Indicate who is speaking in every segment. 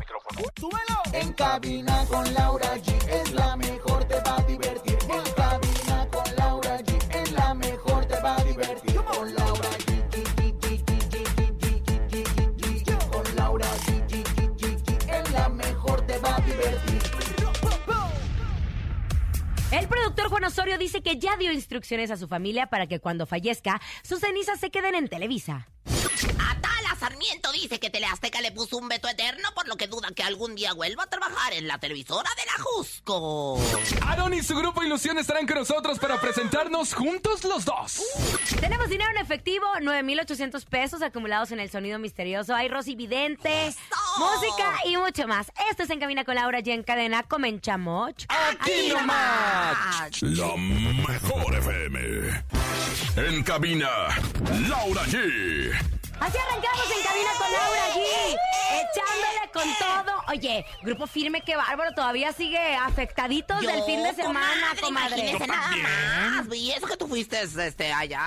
Speaker 1: micrófono.
Speaker 2: ¡Súbelo!
Speaker 3: En cabina con Laura G es la mejor, te va a divertir. En cabina con Laura G es la mejor, te va a divertir. Con Laura G. G, G, G, G, G, G, G, G, G, G. Con Laura G, G, G, G, G, es la mejor, te va a divertir.
Speaker 4: El productor Juan Osorio dice que ya dio instrucciones a su familia para que cuando fallezca, sus cenizas se queden en Televisa.
Speaker 5: Atala Sarmiento dice que Teleazteca le puso un veto eterno, por lo que duda que algún día vuelva a trabajar en la televisora de la Jusco.
Speaker 6: Aaron y su grupo Ilusión estarán con nosotros para presentarnos juntos los dos.
Speaker 4: Tenemos dinero en efectivo, 9,800 pesos acumulados en el sonido misterioso. Hay Rosy Vidente, música y mucho más. Esto es En Cabina con Laura y en cadena. Comenchamos.
Speaker 6: ¡Aquí nomás!
Speaker 7: La mejor FM. En cabina, Laura G.
Speaker 4: Así arrancamos en cabina con Laura G. Echándole con todo. Oye, grupo firme, qué bárbaro. Todavía sigue
Speaker 5: Pues
Speaker 4: afectaditos del fin de semana, comadre.
Speaker 5: Imagínese nada más. Y eso que tú fuiste este, allá,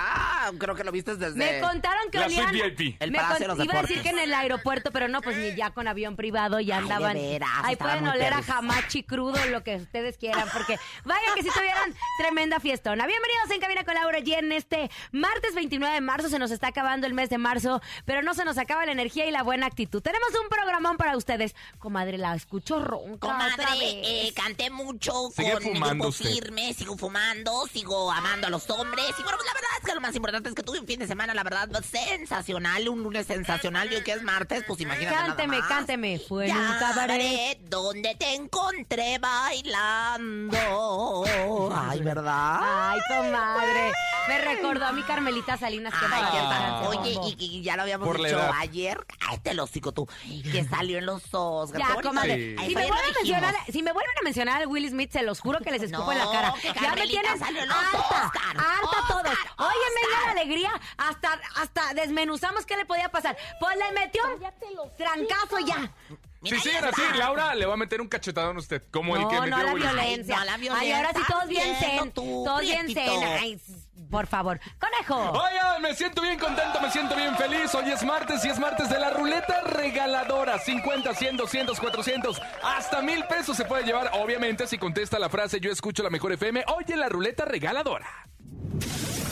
Speaker 5: creo que lo viste desde...
Speaker 4: Me contaron que
Speaker 6: La
Speaker 4: olían.
Speaker 6: VIP.
Speaker 5: El
Speaker 4: me
Speaker 5: Palacio de los
Speaker 4: iba a decir
Speaker 5: Deportes.
Speaker 4: que en el aeropuerto, pero no, pues ni ya con avión privado ya
Speaker 5: de
Speaker 4: andaban.
Speaker 5: veras,
Speaker 4: ahí
Speaker 5: estaban
Speaker 4: pueden
Speaker 5: muy
Speaker 4: oler a
Speaker 5: perris.
Speaker 4: jamachi crudo, lo que ustedes quieran, porque vaya que si tuvieran tremenda fiestona. Bienvenidos en Cabina con Laura G en este martes 29 de marzo. Se nos está acabando el mes de marzo, pero no se nos acaba la energía y la buena actitud. Tenemos un programón para ustedes. Comadre, la escucho ronca
Speaker 5: Comadre,
Speaker 4: otra vez.
Speaker 5: eh, canté mucho
Speaker 6: Sigue
Speaker 5: con mi
Speaker 6: fumando
Speaker 5: grupo
Speaker 6: usted.
Speaker 5: firme, sigo fumando, sigo amando a los hombres. Y bueno, pues la verdad es que lo más importante es que tuve un fin de semana, la verdad, sensacional, un lunes sensacional. Y hoy que es martes, pues imagínate. nada
Speaker 4: cánteme,
Speaker 5: más.
Speaker 4: cánteme. Fue en un
Speaker 5: Ya
Speaker 4: cabaret.
Speaker 5: veré donde te encontré bailando. Ay, ¿verdad?
Speaker 4: Ay, comadre. Me recordó a mi Carmelita Salinas Ah, que
Speaker 5: Ay,
Speaker 4: va a
Speaker 5: qué tal.
Speaker 4: cantar ese
Speaker 5: Ah, Oye,
Speaker 4: bombo.
Speaker 5: y, y ya lo habíamos
Speaker 6: Por la
Speaker 5: dicho
Speaker 6: edad.
Speaker 5: ayer. Ay, te lo sigo tú. Que salió en los Oscars. Qué
Speaker 4: Ya,
Speaker 5: bonito.
Speaker 4: comadre.
Speaker 5: Ay,
Speaker 4: Si, me
Speaker 5: ayer lo
Speaker 4: vuelven a
Speaker 5: dijimos.
Speaker 4: mencionar, si me vuelven a mencionar al Will Smith, se los juro que les escupo en la
Speaker 5: No,
Speaker 4: cara.
Speaker 5: que
Speaker 4: Ya me
Speaker 5: Carmelita
Speaker 4: tienen
Speaker 5: salió en los
Speaker 4: harta,
Speaker 5: Oscar.
Speaker 4: harta
Speaker 5: Oscar,
Speaker 4: todos. Hoy en medio de la
Speaker 5: Oscar.
Speaker 4: alegría, hasta, hasta desmenuzamos qué le podía pasar. Pues le metió un trancazo ya.
Speaker 6: Si
Speaker 5: Mira,
Speaker 6: siguen
Speaker 5: ahí
Speaker 6: así,
Speaker 5: está.
Speaker 6: Laura le va a meter un cachetadón a usted, como el
Speaker 4: no,
Speaker 6: que metió
Speaker 4: no a la
Speaker 6: Will.
Speaker 4: violencia.
Speaker 5: Ay, no a la
Speaker 4: Ay, ahora sí
Speaker 5: violencia.
Speaker 4: todos bien
Speaker 5: Estás
Speaker 4: zen.
Speaker 5: viendo tú,
Speaker 4: Todos bien
Speaker 5: prietito.
Speaker 4: zen. Ay, s- por favor. Conejo.
Speaker 6: Oigan, me siento bien contento, me siento bien feliz. Hoy es martes y es martes de la ruleta regaladora. 50, 100, 200, 400, hasta mil pesos se puede llevar. Obviamente, si contesta la frase yo escucho la mejor FM, oye la ruleta regaladora.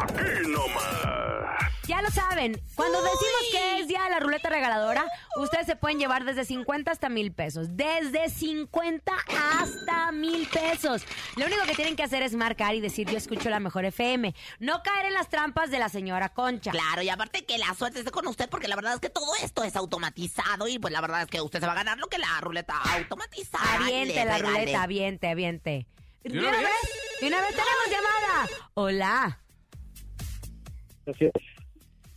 Speaker 7: Aquí nomás.
Speaker 4: Ya lo saben, cuando decimos que es día de la ruleta regaladora, ustedes se pueden llevar desde 50 hasta mil pesos. Desde 50 hasta mil pesos. Lo único que tienen que hacer es marcar y decir yo escucho la mejor FM. No caer en las trampas de la señora Concha.
Speaker 5: Claro, y aparte que la suerte esté con usted, porque la verdad es que todo esto es automatizado y pues la verdad es que usted se va a ganar lo que la ruleta automatizada.
Speaker 4: Aviente
Speaker 5: le
Speaker 4: la
Speaker 5: regale.
Speaker 4: ruleta, aviente, aviente. ¿De
Speaker 6: una
Speaker 4: una
Speaker 6: vez?
Speaker 4: vez? ¿De una vez tenemos llamada? Hola.
Speaker 8: Gracias.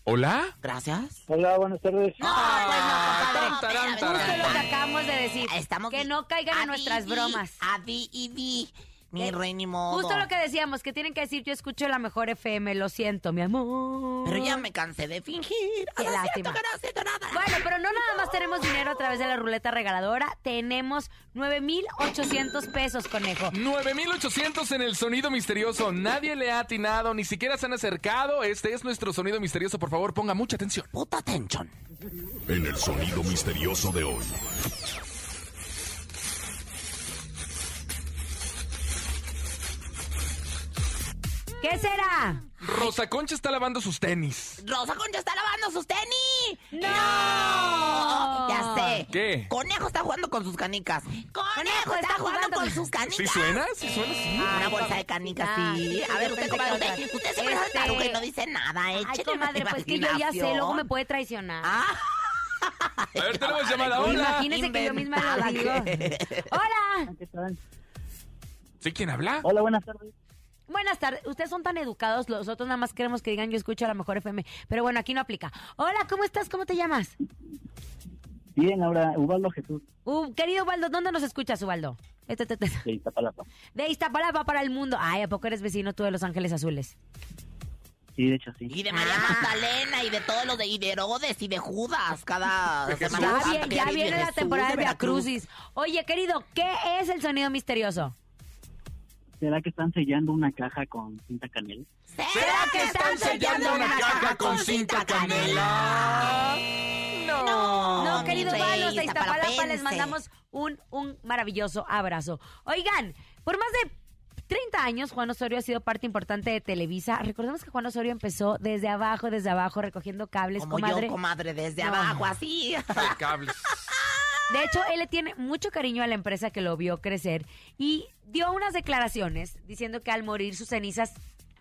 Speaker 6: ¿Hola?
Speaker 5: Gracias.
Speaker 8: Hola, buenas tardes.
Speaker 4: No, pues no, compadre.
Speaker 5: Ah, tan, taran,
Speaker 4: Justo
Speaker 5: taran.
Speaker 4: lo que acabamos de decir.
Speaker 5: Estamos
Speaker 4: que no caigan en
Speaker 5: Avi,
Speaker 4: nuestras
Speaker 5: vi,
Speaker 4: bromas.
Speaker 5: Avi y vi. Mi
Speaker 4: Eh,
Speaker 5: rey ni modo.
Speaker 4: Justo lo que decíamos, que tienen que decir, yo escucho la mejor FM, lo siento, mi amor.
Speaker 5: Pero ya me cansé de fingir.
Speaker 4: Qué
Speaker 5: Ahora siento
Speaker 4: lástima.
Speaker 5: que no siento nada.
Speaker 4: Bueno, pero no nada más tenemos dinero a través de la ruleta regaladora, tenemos 9,800 pesos, conejo.
Speaker 6: 9800 en el sonido misterioso. Nadie le ha atinado, ni siquiera se han acercado. Este es nuestro sonido misterioso. Por favor, ponga mucha atención.
Speaker 5: Puta tensión.
Speaker 7: En el sonido misterioso de hoy.
Speaker 4: ¿Qué será?
Speaker 6: Rosa Concha está lavando sus tenis.
Speaker 5: Rosa Concha está lavando sus tenis.
Speaker 4: ¡No!
Speaker 5: Ya sé.
Speaker 6: ¿Qué?
Speaker 5: Conejo está jugando con sus canicas. Conejo está jugando con sus canicas.
Speaker 6: ¿Sí suena? ¿Sí suena? Sí.
Speaker 5: Una bolsa de canicas, sí.
Speaker 4: Ay,
Speaker 5: A ver,
Speaker 4: yo
Speaker 5: usted,
Speaker 4: pensé que
Speaker 5: comadre,
Speaker 4: era
Speaker 5: usted,
Speaker 4: otra.
Speaker 5: usted siempre es
Speaker 4: Este-
Speaker 5: tan tarugo y no dice nada.
Speaker 4: Ay,
Speaker 5: Échele
Speaker 4: comadre, pues que yo ya sé, luego me puede traicionar.
Speaker 5: Ah,
Speaker 6: A ver, tenemos llamada. Hola.
Speaker 4: Imagínese que yo misma lo
Speaker 5: Inventada
Speaker 4: digo.
Speaker 5: que-
Speaker 4: Hola,
Speaker 8: ¿Qué tal?
Speaker 6: ¿Sí quién habla?
Speaker 5: Oh.
Speaker 8: Hola, buenas tardes.
Speaker 4: buenas tardes. Ustedes son tan educados, los otros nada más queremos que digan yo escucho a la mejor FM. Pero bueno, aquí no aplica. Hola, ¿cómo estás? ¿Cómo te llamas?
Speaker 8: Bien, ahora Ubaldo Jesús
Speaker 4: Uh, querido Ubaldo, ¿dónde nos escuchas, Ubaldo? Este, te, te.
Speaker 8: de Iztapalapa.
Speaker 4: De Iztapalapa para el mundo. Ay, ¿a poco eres vecino tú de Los Ángeles Azules?
Speaker 8: Sí, de hecho, sí.
Speaker 5: Y de María
Speaker 4: Ah.
Speaker 5: Magdalena y de todos los de, y de Herodes y de Judas cada
Speaker 6: De Jesús.
Speaker 5: semana.
Speaker 4: Ya,
Speaker 6: Santa
Speaker 4: vie- ya viene la temporada de Viacrucis. Oye, querido, ¿qué es el sonido misterioso?
Speaker 8: ¿Será que están sellando una caja con cinta canela?
Speaker 5: ¿Será que están sellando una caja con cinta canela? No,
Speaker 4: No,
Speaker 5: mi
Speaker 4: querido
Speaker 5: rey
Speaker 4: Valos de Iztapalapa, les
Speaker 5: iztapalapense.
Speaker 4: mandamos un, un maravilloso abrazo. Oigan, por más de 30 años, Juan Osorio ha sido parte importante de Televisa. Recordemos que Juan Osorio empezó desde abajo, desde abajo, recogiendo cables,
Speaker 5: Como
Speaker 4: comadre.
Speaker 5: yo, comadre, desde
Speaker 4: No.
Speaker 5: abajo, así.
Speaker 6: De cables.
Speaker 4: De hecho, él le tiene mucho cariño a la empresa que lo vio crecer y dio unas declaraciones diciendo que al morir sus cenizas,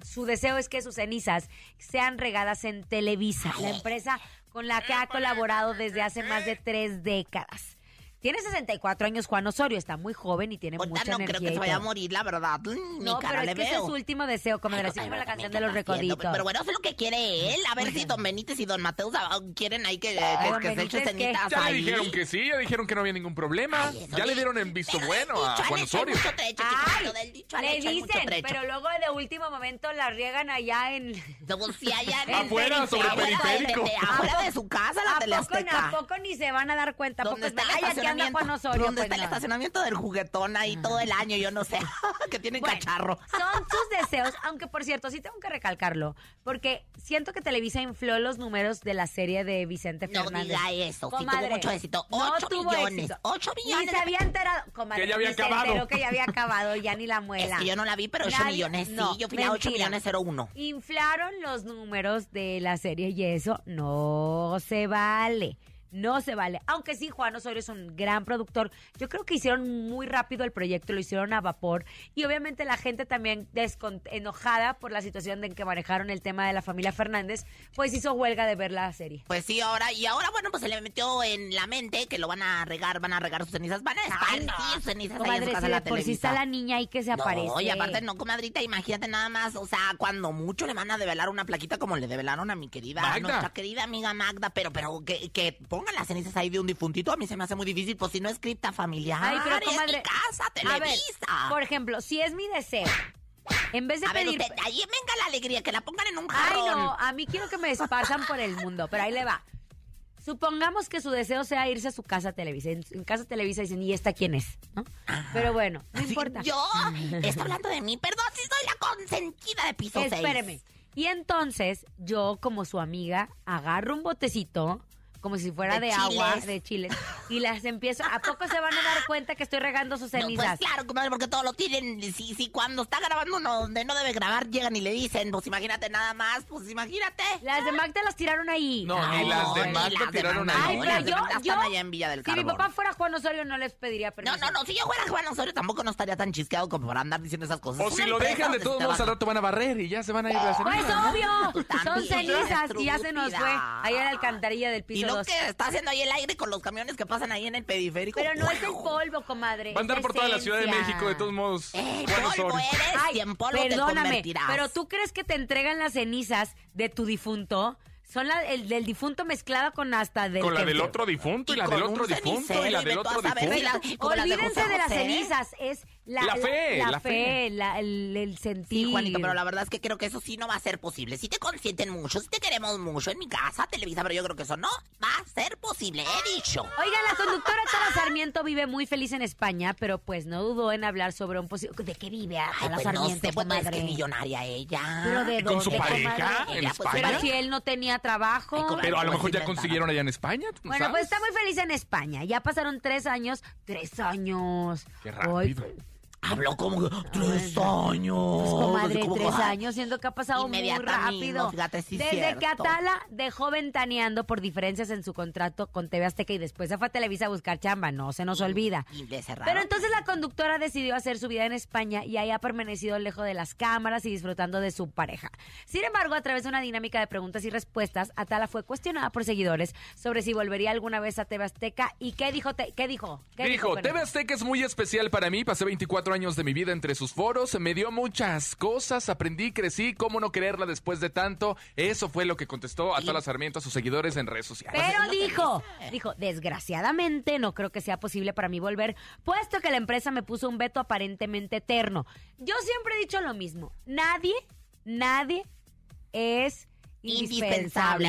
Speaker 4: su deseo es que sus cenizas sean regadas en Televisa, la empresa con la que ha colaborado desde hace más de tres décadas. Tiene 64 años Juan Osorio, está muy joven y tiene
Speaker 5: Ahorita
Speaker 4: mucha
Speaker 5: no
Speaker 4: energía.
Speaker 5: creo que
Speaker 4: y
Speaker 5: se vaya a
Speaker 4: todo.
Speaker 5: morir, la verdad. Mm,
Speaker 4: No,
Speaker 5: mi cara
Speaker 4: pero es
Speaker 5: le
Speaker 4: que ese es
Speaker 5: veo.
Speaker 4: su último deseo, como así
Speaker 5: Ay,
Speaker 4: como la
Speaker 5: verdad,
Speaker 4: canción
Speaker 5: me
Speaker 4: de los
Speaker 5: están haciendo,
Speaker 4: recoditos.
Speaker 5: Pero bueno, eso es lo que quiere él. A ver si Don Benítez y Don Mateus ah, quieren ahí que, que-
Speaker 4: Ay,
Speaker 5: que
Speaker 4: don
Speaker 5: se echen
Speaker 4: Benítez, ¿qué?
Speaker 5: cenitas
Speaker 6: Ya le
Speaker 5: ahí.
Speaker 6: dijeron que sí, ya dijeron que no había ningún problema.
Speaker 5: Ay, eso
Speaker 6: Ya le
Speaker 5: bien.
Speaker 6: dieron en visto
Speaker 5: Pero
Speaker 6: bueno
Speaker 5: del
Speaker 6: a
Speaker 5: dicho al
Speaker 6: Juan
Speaker 5: hecho hay
Speaker 6: Osorio.
Speaker 5: mucho trecho,
Speaker 4: Ay,
Speaker 5: chiquito, del dicho al
Speaker 4: le
Speaker 5: hecho hay mucho
Speaker 4: dicen,
Speaker 5: trecho.
Speaker 4: pero luego de último momento la riegan allá en...
Speaker 5: Luego, sí, allá en el
Speaker 6: Afuera, sobre
Speaker 5: afuera de-
Speaker 6: periférico.
Speaker 5: de- de- afuera de su casa, la
Speaker 4: ¿A poco,
Speaker 5: teleazteca.
Speaker 4: ¿A poco ni se van a dar cuenta? ¿A poco
Speaker 5: ¿Dónde está el
Speaker 4: es- Ay, aquí
Speaker 5: estacionamiento?
Speaker 4: anda Juan Osorio.
Speaker 5: ¿Dónde
Speaker 4: pues
Speaker 5: está el
Speaker 4: no.
Speaker 5: estacionamiento del juguetón ahí todo el año? Yo no sé. que tienen
Speaker 4: Bueno,
Speaker 5: cacharro.
Speaker 4: Son sus deseos, aunque por cierto, sí tengo que recalcarlo, porque siento que Televisa infló los números de la serie de Vicente
Speaker 5: No
Speaker 4: Fernández.
Speaker 5: diga eso, si
Speaker 4: Comadre,
Speaker 5: tuvo mucho éxito.
Speaker 4: no
Speaker 5: 8
Speaker 4: tuvo
Speaker 5: millones.
Speaker 4: éxito.
Speaker 5: 8
Speaker 4: Ni
Speaker 5: millones.
Speaker 4: se había enterado, comadre,
Speaker 6: Que ya había
Speaker 4: ni se
Speaker 6: acabado.
Speaker 4: enteró que ya había acabado, ya ni la muela.
Speaker 5: Es que yo no la vi, pero 8
Speaker 4: Nadie-
Speaker 5: millones sí.
Speaker 4: no,
Speaker 5: yo fui a 8
Speaker 4: mentira.
Speaker 5: millones 01.
Speaker 4: Inflaron los números de la serie y eso no se vale. No se vale. Aunque sí, Juan Osorio es un gran productor. Yo creo que hicieron muy rápido el proyecto, lo hicieron a vapor. Y obviamente la gente también descon- enojada por la situación en que manejaron el tema de la familia Fernández, pues hizo huelga de ver la serie.
Speaker 5: Pues sí, ahora, y ahora, bueno, pues se le metió en la mente que lo van a regar, van a regar sus cenizas, van a esparcir sus cenizas ahí en su
Speaker 4: Comadre,
Speaker 5: casa
Speaker 4: si
Speaker 5: en
Speaker 4: de
Speaker 5: la
Speaker 4: por sí está
Speaker 5: televisa.
Speaker 4: la niña ahí que se aparece.
Speaker 5: No, y aparte no, comadrita, imagínate nada más, o sea, cuando mucho le van a develar una plaquita como le develaron a mi querida,
Speaker 6: Magda.
Speaker 5: a nuestra querida amiga Magda, pero pero que, que pongan las cenizas ahí de un difuntito, a mí se me hace muy difícil, pues si no es cripta familiar,
Speaker 4: Ay, pero
Speaker 5: es
Speaker 4: comadre.
Speaker 5: mi casa,
Speaker 4: A ver,
Speaker 5: Televisa.
Speaker 4: por ejemplo, si es mi deseo, en vez de
Speaker 5: A ver,
Speaker 4: pedir.
Speaker 5: usted, ahí venga la alegría, que la pongan en un
Speaker 4: Ay,
Speaker 5: jarrón.
Speaker 4: no, a mí quiero que me esparzan por el mundo, pero ahí le va. Supongamos que su deseo sea irse a su casa Televisa. En, en casa Televisa dicen, ¿y esta quién es? ¿No? Pero bueno, no
Speaker 5: Sí,
Speaker 4: importa.
Speaker 5: Yo, está hablando de mí, perdón, si soy la consentida de piso seis.
Speaker 4: Espéreme. Y entonces, yo, como su amiga, agarro un botecito, como si fuera de,
Speaker 5: De
Speaker 4: agua,
Speaker 5: chiles.
Speaker 4: de chiles, y las empiezo. ¿A poco se van a dar cuenta que estoy regando sus
Speaker 5: No, pues
Speaker 4: cenizas?
Speaker 5: claro, comadre, porque todo lo tienen. Si, si cuando está grabando no, donde no debe grabar, llegan y le dicen, pues imagínate nada más, pues imagínate.
Speaker 4: Las de Magda las tiraron ahí.
Speaker 6: No, ni
Speaker 4: Ay,
Speaker 6: las de
Speaker 4: no,
Speaker 6: Magda
Speaker 5: ni las de
Speaker 6: tiraron
Speaker 5: Magda,
Speaker 6: ahí.
Speaker 4: Ay,
Speaker 5: no,
Speaker 4: pero
Speaker 5: las de
Speaker 4: yo,
Speaker 5: Magda
Speaker 4: yo-
Speaker 5: están allá en Villa del
Speaker 4: si mi
Speaker 5: Carbón.
Speaker 4: papá fuera Juan Osorio, no les pediría
Speaker 5: No,
Speaker 4: permiso.
Speaker 5: no, no, si yo fuera Juan Osorio tampoco no estaría tan chisqueado como para andar diciendo esas cosas.
Speaker 6: O
Speaker 5: Es
Speaker 6: si
Speaker 5: una
Speaker 6: lo
Speaker 5: empresa
Speaker 6: dejan, de
Speaker 5: donde
Speaker 6: todos
Speaker 5: se
Speaker 6: modos al
Speaker 5: trabaja.
Speaker 6: rato van a barrer y ya se van a ir las
Speaker 4: Pues
Speaker 6: cenizas. ¿no?
Speaker 4: obvio, son
Speaker 5: También,
Speaker 4: cenizas y ya se nos fue
Speaker 5: estúpida.
Speaker 4: ahí en la alcantarilla del
Speaker 5: Y
Speaker 4: piso
Speaker 5: lo
Speaker 4: 2.
Speaker 5: que está haciendo ahí el aire con los camiones que pasan ahí en el periférico.
Speaker 4: Pero no es el polvo, comadre.
Speaker 6: Va a andar
Speaker 4: es
Speaker 6: por toda la Ciudad de
Speaker 4: esencia.
Speaker 6: México, de todos modos.
Speaker 5: Eh,
Speaker 6: Juan
Speaker 5: polvo
Speaker 6: Osorio.
Speaker 5: eres
Speaker 4: Ay,
Speaker 5: y en polvo te
Speaker 4: perdóname,
Speaker 5: convertirás.
Speaker 4: pero tú crees que te entregan las cenizas de tu difunto? Son la, el del difunto mezclada con hasta del
Speaker 6: Con la
Speaker 4: que-
Speaker 6: del otro difunto y la del
Speaker 5: con un
Speaker 6: otro difunto y la
Speaker 5: cenicero y
Speaker 6: del
Speaker 5: ve tú
Speaker 6: otro
Speaker 5: a saber si
Speaker 6: difunto.
Speaker 5: la- como las de
Speaker 4: Olvídense
Speaker 5: José
Speaker 4: de las
Speaker 5: José.
Speaker 4: cenizas, es la,
Speaker 6: La fe,
Speaker 4: la,
Speaker 6: la fe.
Speaker 4: fe, la- el, el
Speaker 5: Sí,
Speaker 4: sentir.
Speaker 5: Juanito, pero la verdad es que creo que eso sí no va a ser posible. Si te consienten mucho, si te queremos mucho en mi casa, Televisa, pero yo creo que eso no va a ser posible, he dicho.
Speaker 4: Oigan, la conductora Tara Sarmiento vive muy feliz en España, pero pues no dudó en hablar sobre un posible... ¿De qué vive ah,
Speaker 5: Ay,
Speaker 4: Tara
Speaker 5: pues no
Speaker 4: Sarmiento,
Speaker 5: sé, pues no es que
Speaker 4: comadre?
Speaker 5: millonaria ella.
Speaker 4: Pero de
Speaker 6: ¿Y con su
Speaker 4: dónde,
Speaker 6: pareja
Speaker 4: comadre?
Speaker 6: en
Speaker 5: Ella, pues,
Speaker 6: España?
Speaker 4: Pero si él no tenía trabajo.
Speaker 5: Ay, comadre.
Speaker 6: Pero a lo
Speaker 5: Pues
Speaker 6: mejor ya
Speaker 5: inventaron.
Speaker 6: consiguieron allá en España. ¿tú
Speaker 4: bueno, pues
Speaker 6: sabes?
Speaker 4: está muy feliz en España. Ya pasaron tres años. Tres años.
Speaker 6: Qué
Speaker 4: Ay,
Speaker 6: rápido.
Speaker 5: Habló como que, tres años.
Speaker 4: Pues, comadre,
Speaker 5: Así como,
Speaker 4: tres
Speaker 5: ay,
Speaker 4: años, siendo que ha pasado muy
Speaker 5: Inmediatamente,
Speaker 4: rápido.
Speaker 5: fíjate, sí
Speaker 4: Desde
Speaker 5: cierto.
Speaker 4: que Atala dejó ventaneando por diferencias en su contrato con TV Azteca y después se fue a Televisa a buscar chamba, no se
Speaker 5: Mm,
Speaker 4: nos olvida.
Speaker 5: Y le cerraron.
Speaker 4: Pero entonces la conductora decidió hacer su vida en España y ahí ha permanecido lejos de las cámaras y disfrutando de su pareja. Sin embargo, a través de una dinámica de preguntas y respuestas, Atala fue cuestionada por seguidores sobre si volvería alguna vez a TV Azteca y qué dijo, te- qué dijo, ¿Qué
Speaker 6: Dijo,
Speaker 4: con
Speaker 6: TV
Speaker 4: eso?
Speaker 6: Azteca es muy especial para mí, pasé 24 años de mi vida entre sus foros, me dio muchas cosas, aprendí, crecí, cómo no quererla después de tanto. Eso fue lo que contestó Atala Sarmiento a sus seguidores en redes sociales.
Speaker 4: Pero dijo, dijo, desgraciadamente no creo que sea posible para mí volver, puesto que la empresa me puso un veto aparentemente eterno. Yo siempre he dicho lo mismo, nadie, nadie es indispensable.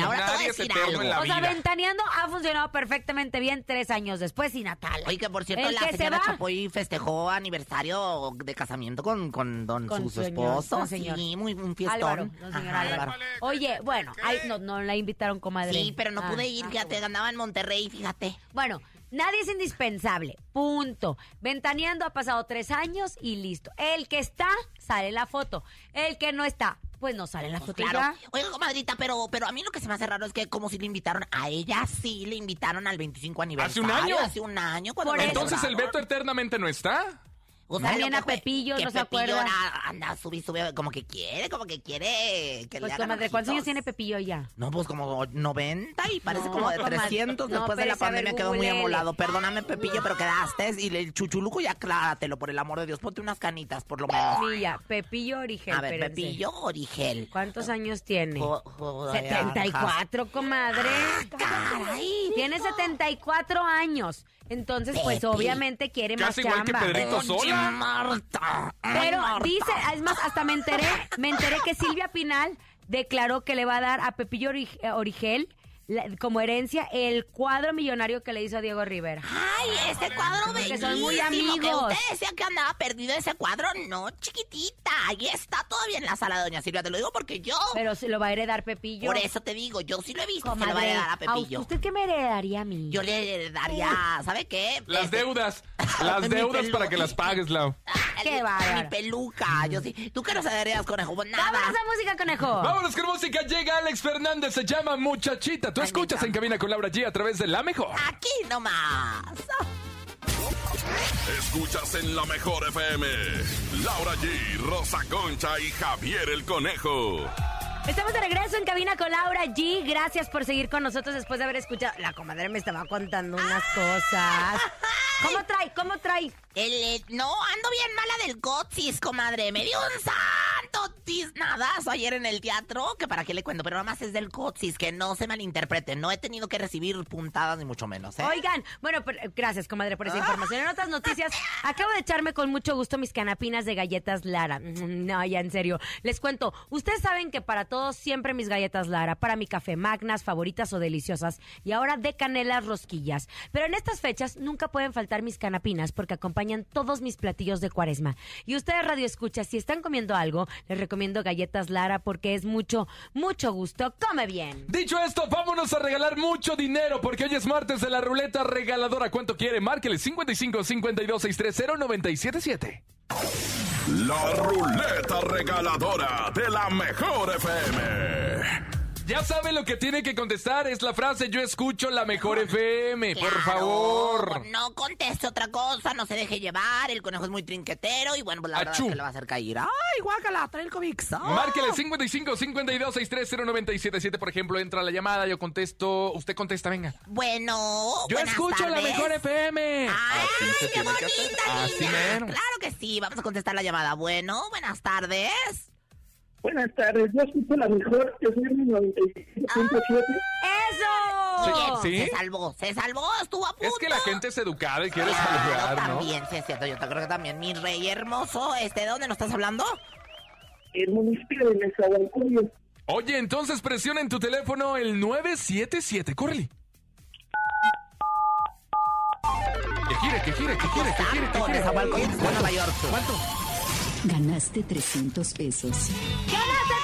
Speaker 5: Indispensable. Ahora te voy a
Speaker 6: Nadie es
Speaker 5: decir
Speaker 6: eterno
Speaker 5: algo.
Speaker 6: en la
Speaker 4: o sea,
Speaker 6: vida.
Speaker 4: ventaneando ha funcionado perfectamente bien tres años después sin Atala.
Speaker 5: Oye, que por cierto,
Speaker 4: El
Speaker 5: la
Speaker 4: que se
Speaker 5: señora
Speaker 4: va.
Speaker 5: Chapoy festejó aniversario de casamiento con, con don
Speaker 4: Con
Speaker 5: su, su
Speaker 4: señor,
Speaker 5: esposo.
Speaker 4: con señor.
Speaker 5: Sí, muy un fiestón.
Speaker 4: Álvaro, no, señor
Speaker 5: Ajá,
Speaker 4: Álvaro. Oye, bueno, ay, no, no la invitaron, comadre.
Speaker 5: Sí, pero no
Speaker 4: Ah,
Speaker 5: pude ir,
Speaker 4: ah,
Speaker 5: fíjate, andaba en Monterrey, fíjate.
Speaker 4: Bueno, nadie es indispensable. Punto. Ventaneando ha pasado tres años y listo. El que está, sale en la foto. El que no está, pues no sale en la
Speaker 5: Pues
Speaker 4: foto. y
Speaker 5: claro.
Speaker 4: ya.
Speaker 5: Oiga, comadrita, pero, pero a mí lo que se me hace raro es que como si le invitaron a ella, sí le invitaron al 25
Speaker 6: ¿Hace
Speaker 5: aniversario.
Speaker 6: un año?
Speaker 5: Hace un año. Cuando
Speaker 4: Por
Speaker 5: lo
Speaker 4: eso.
Speaker 6: Entonces el
Speaker 5: celebraron.
Speaker 6: veto eternamente no está.
Speaker 5: O
Speaker 4: También
Speaker 5: lo
Speaker 4: a
Speaker 5: que fue-
Speaker 4: Pepillo,
Speaker 5: que
Speaker 4: ¿no se
Speaker 5: Pepillo
Speaker 4: acuerda?
Speaker 5: ahora anda, sube y sube, como que quiere, como que quiere que le
Speaker 4: Pues
Speaker 5: hagan
Speaker 4: comadre, ¿cuántos años
Speaker 5: ojitos.
Speaker 4: tiene Pepillo ya?
Speaker 5: No, pues como 90 y parece
Speaker 4: No,
Speaker 5: como de
Speaker 4: comadre.
Speaker 5: 300
Speaker 4: No,
Speaker 5: después de la
Speaker 4: espérese, a ver,
Speaker 5: pandemia quedó muy
Speaker 4: googleele.
Speaker 5: emolado. Perdóname, Pepillo, pero quedaste y el chuchuluco ya cláratelo, por el amor de Dios, ponte unas canitas por lo menos.
Speaker 4: Milla, Pepillo Origen.
Speaker 5: A ver,
Speaker 4: espérense.
Speaker 5: Pepillo Origel.
Speaker 4: ¿Cuántos años tiene?
Speaker 5: Jo- joder,
Speaker 4: 74, comadre.
Speaker 5: Ah, Caray.
Speaker 4: Tiene 74 años. Entonces, pues
Speaker 5: Pepi.
Speaker 4: obviamente quiere más
Speaker 6: Casi igual que
Speaker 4: chamba.
Speaker 6: Pedrito
Speaker 5: Oye,
Speaker 6: Sola.
Speaker 5: Marta. Ay,
Speaker 4: Pero
Speaker 5: Marta.
Speaker 4: dice, es más, hasta me enteré, me enteré que Silvia Pinal declaró que le va a dar a Pepillo Ori- eh, Origel la- como herencia el cuadro millonario que le hizo a Diego Rivera.
Speaker 5: Ay, ese cuadro
Speaker 4: que
Speaker 5: bellísimo.
Speaker 4: son muy
Speaker 5: que
Speaker 4: amigos.
Speaker 5: usted decía que andaba perdido ese cuadro. No, chiquitita. Ahí está todavía en la sala de Doña Silvia. Te lo digo porque yo.
Speaker 4: Pero se lo va a heredar Pepillo.
Speaker 5: por eso te digo, yo sí lo he visto. se
Speaker 4: Comadre,
Speaker 5: lo va a dar a Pepillo.
Speaker 4: ¿Usted qué me heredaría a mí?
Speaker 5: Yo le daría, ¿sabe qué?
Speaker 6: Las
Speaker 5: Este,
Speaker 6: deudas.
Speaker 5: Mi
Speaker 6: Las deudas
Speaker 5: pelu-
Speaker 6: para que las pagues, Lau.
Speaker 5: ah,
Speaker 4: Qué
Speaker 5: mi-
Speaker 4: bárbaro.
Speaker 5: Mi peluca, yo sí. ¿Tú qué nos darías, conejo? Pues nada.
Speaker 4: ¡Vámonos a música, conejo!
Speaker 6: Vámonos con música. Llega Alex Fernández. Se llama Muchachita. Tú
Speaker 5: Ay,
Speaker 6: escuchas
Speaker 5: mi
Speaker 6: en cabina con Laura G a través de la mejor.
Speaker 5: Aquí nomás.
Speaker 7: Escuchas en la mejor FM. Laura G, Rosa Concha y Javier el Conejo.
Speaker 4: Estamos de regreso en cabina con Laura G. Gracias por seguir con nosotros después de haber escuchado. La comadre me estaba contando unas cosas. ¿Cómo trae? ¿Cómo trae?
Speaker 5: El, eh, no, ando bien mala del cotis, comadre. Me dio un santo tiznadazo ayer en el teatro, que para qué le cuento, pero nada más es del cotis, que no se malinterprete. No he tenido que recibir puntadas ni mucho menos, ¿eh?
Speaker 4: Oigan, bueno, pero, eh, gracias, comadre, por esa información. En otras noticias, acabo de echarme con mucho gusto mis canapinas de galletas Lara. Mm, No, ya en serio. Les cuento, ustedes saben que para todos siempre mis galletas Lara, para mi café magnas, favoritas o deliciosas, y ahora de canelas rosquillas. Pero en estas fechas nunca pueden faltar mis canapinas porque acompañan todos mis platillos de cuaresma. Y ustedes, Radio Escucha, si están comiendo algo, les recomiendo galletas Lara porque es mucho, mucho gusto. ¡Come bien!
Speaker 6: Dicho esto, vámonos a regalar mucho dinero porque hoy es martes de la ruleta regaladora. ¿Cuánto quiere? Márquele 55 52 630 977.
Speaker 7: La ruleta regaladora de la mejor FM.
Speaker 6: Ya sabe lo que tiene que contestar. Es la frase: Yo escucho la mejor FM. Por
Speaker 5: Claro,
Speaker 6: favor.
Speaker 5: No conteste otra cosa, no se deje llevar. El conejo es muy trinquetero y bueno, pues la verdad
Speaker 6: Achú.
Speaker 5: es que le va a hacer caer. ¡Ay, guácala! Trae el covix. ¡Ah!
Speaker 6: Márquele 55 52 630 977. Por ejemplo, entra la llamada. Yo contesto. Usted contesta, venga.
Speaker 5: Bueno,
Speaker 6: Yo
Speaker 5: buenas
Speaker 6: escucho la
Speaker 5: tardes.
Speaker 6: mejor FM.
Speaker 5: ¡Ay,
Speaker 6: Así se
Speaker 5: qué
Speaker 6: tiene que
Speaker 5: bonita
Speaker 6: hacer. Así
Speaker 5: niña!
Speaker 6: mero.
Speaker 5: Claro que sí, vamos a contestar la llamada. Bueno, buenas tardes.
Speaker 8: Buenas tardes, yo escucho la mejor, yo soy el 97.7.
Speaker 9: Ah.
Speaker 4: ¡Eso!
Speaker 5: Oye,
Speaker 6: ¿Sí?
Speaker 5: Se salvó, se salvó, estuvo a punto.
Speaker 6: Es que la gente es educada y quiere
Speaker 5: Claro,
Speaker 6: saludar, ¿no?
Speaker 5: también, sí es cierto, yo te creo que también. Mi rey hermoso, este, ¿de dónde nos estás hablando?
Speaker 8: El municipio de Nezahualcóyotl.
Speaker 6: Oye, entonces presiona en tu teléfono el 977. Córrele. Que gire, que gire, que gire, que gire, que
Speaker 5: Santo,
Speaker 6: gire.
Speaker 5: Nezahualcóyotl, está en Nueva York.
Speaker 6: ¿Cuánto?
Speaker 10: Ganaste 300 pesos.
Speaker 4: ¡Ganaste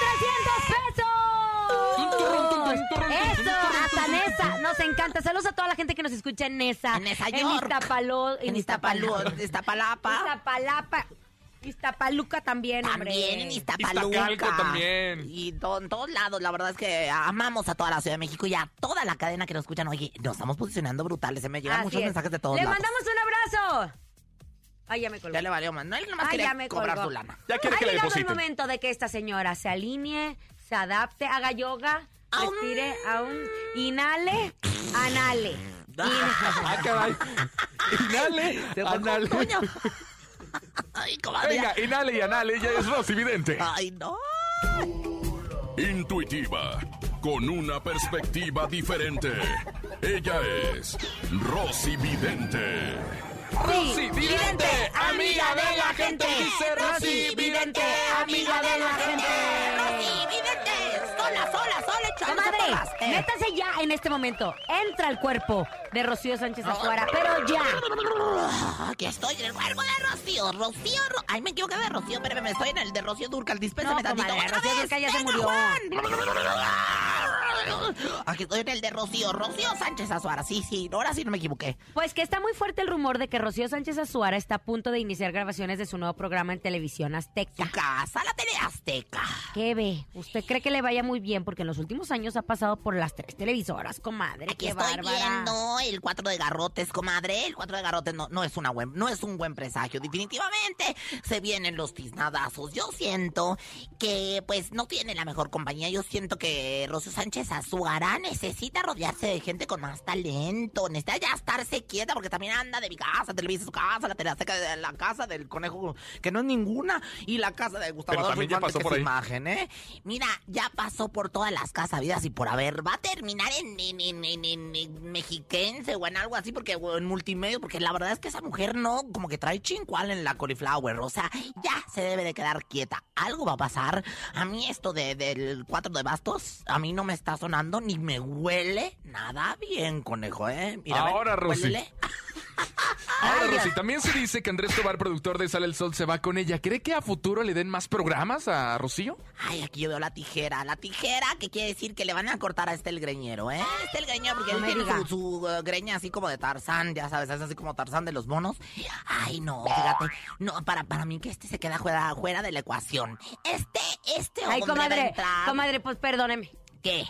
Speaker 4: 300 pesos! ¡Eso! ¡Hasta Nesa! Nos encanta. Saludos a toda la gente que nos escucha en Nesa.
Speaker 5: En Nesa
Speaker 4: En
Speaker 5: York.
Speaker 4: Iztapalo...
Speaker 5: En Iztapalú, en Iztapalapa.
Speaker 4: Iztapalapa. Iztapaluca también, hombre.
Speaker 5: También en
Speaker 6: Iztacalco
Speaker 5: Iztapaluca.
Speaker 6: también.
Speaker 5: Y to- en todos lados, la verdad es que amamos a toda la Ciudad de México y a toda la cadena que nos escuchan. Oye, nos estamos posicionando brutales. Se me llegan
Speaker 4: Así
Speaker 5: muchos
Speaker 4: es.
Speaker 5: mensajes de todos
Speaker 4: ¡Le
Speaker 5: lados.
Speaker 4: mandamos un abrazo! Ay, ya me colgó.
Speaker 5: Ya le valió, Manuel. Nomás
Speaker 4: Ay, ya
Speaker 5: quería
Speaker 4: me
Speaker 5: cobrar
Speaker 4: colgó.
Speaker 5: su lana.
Speaker 6: Ya quiere
Speaker 4: ha
Speaker 6: que le
Speaker 4: llegado el
Speaker 6: depositen.
Speaker 4: momento de que esta señora se alinee, se adapte, haga yoga,
Speaker 5: Aún.
Speaker 4: respire, aún inhale, anale.
Speaker 6: Ah, caray. Inhale,
Speaker 5: Se fue con
Speaker 6: anale.
Speaker 5: Toño. Ay, comadre.
Speaker 6: Venga, inhale y anale, ya es Rosy Vidente.
Speaker 4: Ah,
Speaker 5: Ay, no.
Speaker 7: Intuitiva, con una perspectiva diferente. Ella es Rosy Vidente.
Speaker 6: Rosy Vidente, amiga de la gente. Dice Rosy Vidente, amiga de la gente.
Speaker 5: Rosy, vidente. Sola, sola, sola, echándose
Speaker 4: Comadre,
Speaker 5: porras. Eh,
Speaker 4: métase ya en este momento. Entra al cuerpo de Rocío Sánchez Azuara, pero ya.
Speaker 5: Aquí estoy en el cuerpo de Rocío. Rocío, Ro- ay, me equivoqué de Rocío, pero me estoy en el de Rocío Durcal. Dispénsame
Speaker 4: No,
Speaker 5: tantito.
Speaker 4: comadre,
Speaker 5: Otra
Speaker 4: Rocío
Speaker 5: vez.
Speaker 4: Dúrcal ya se
Speaker 5: Venga,
Speaker 4: murió.
Speaker 5: Juan. Aquí estoy en el de Rocío. Rocío Sánchez Azuara. Sí, sí, ahora sí no me equivoqué.
Speaker 4: Pues que está muy fuerte el rumor de que Rocío Sánchez Azuara está a punto de iniciar grabaciones de su nuevo programa en televisión
Speaker 5: Tu
Speaker 4: azteca.
Speaker 5: casa, la tele azteca.
Speaker 4: ¿Qué ve? ¿Usted cree que le vaya muy bien? Porque en los últimos años ha pasado por las tres televisoras, comadre.
Speaker 5: Aquí
Speaker 4: qué
Speaker 5: estoy
Speaker 4: bárbara.
Speaker 5: viendo el 4 de garrotes, comadre. El 4 de garrotes no, no es una buen, no es un buen presagio. Definitivamente se vienen los tiznadazos. Yo siento que pues no tiene la mejor compañía. Yo siento que Rocío Sánchez Azuara necesita rodearse de gente con más talento. Necesita ya estarse quieta porque también anda de mi casa, televisa su casa, la teleaceca de la casa del conejo, que no es ninguna, y la casa de Gustavo
Speaker 6: Pero
Speaker 5: Adolfo
Speaker 6: también ya
Speaker 5: Infante,
Speaker 6: pasó
Speaker 5: que
Speaker 6: por
Speaker 5: es
Speaker 6: ahí.
Speaker 5: imagen, ¿eh? Mira, ya pasó por todas las casas vidas y por haber. Va a terminar en, en- en- en- en- en mexiquense o en algo así, porque o en multimedia, porque la verdad es que esa mujer no, como que trae chincual en la cauliflower. O sea, ya se debe de quedar quieta. Algo va a pasar. A mí esto de, del 4 de bastos, a mí no me está sonando ni me huele nada bien, conejo, ¿eh? Mira, ven,
Speaker 6: Ahora, Rosy.
Speaker 5: huélele.
Speaker 6: Ahora,
Speaker 4: Ay, Dios.
Speaker 6: Rosy, también se dice que Andrés Tobar, productor de Sale el Sol, se va con ella. ¿Cree que a futuro le den más programas a Rocío?
Speaker 5: Ay, aquí yo veo la tijera. La tijera que quiere decir que le van a cortar a este el greñero, ¿eh? Este el greñero, porque
Speaker 4: No
Speaker 5: él
Speaker 4: me
Speaker 5: tiene
Speaker 4: diga.
Speaker 5: su, su, eh, greña así como de Tarzán, ya sabes, es así como Tarzán de los monos. Ay, no, fíjate. No, para, para mí que este se queda fuera, fuera de la ecuación. Este, este
Speaker 4: Ay,
Speaker 5: hombre va a
Speaker 4: comadre,
Speaker 5: entrar.
Speaker 4: comadre, pues perdóneme.
Speaker 5: ¿Qué?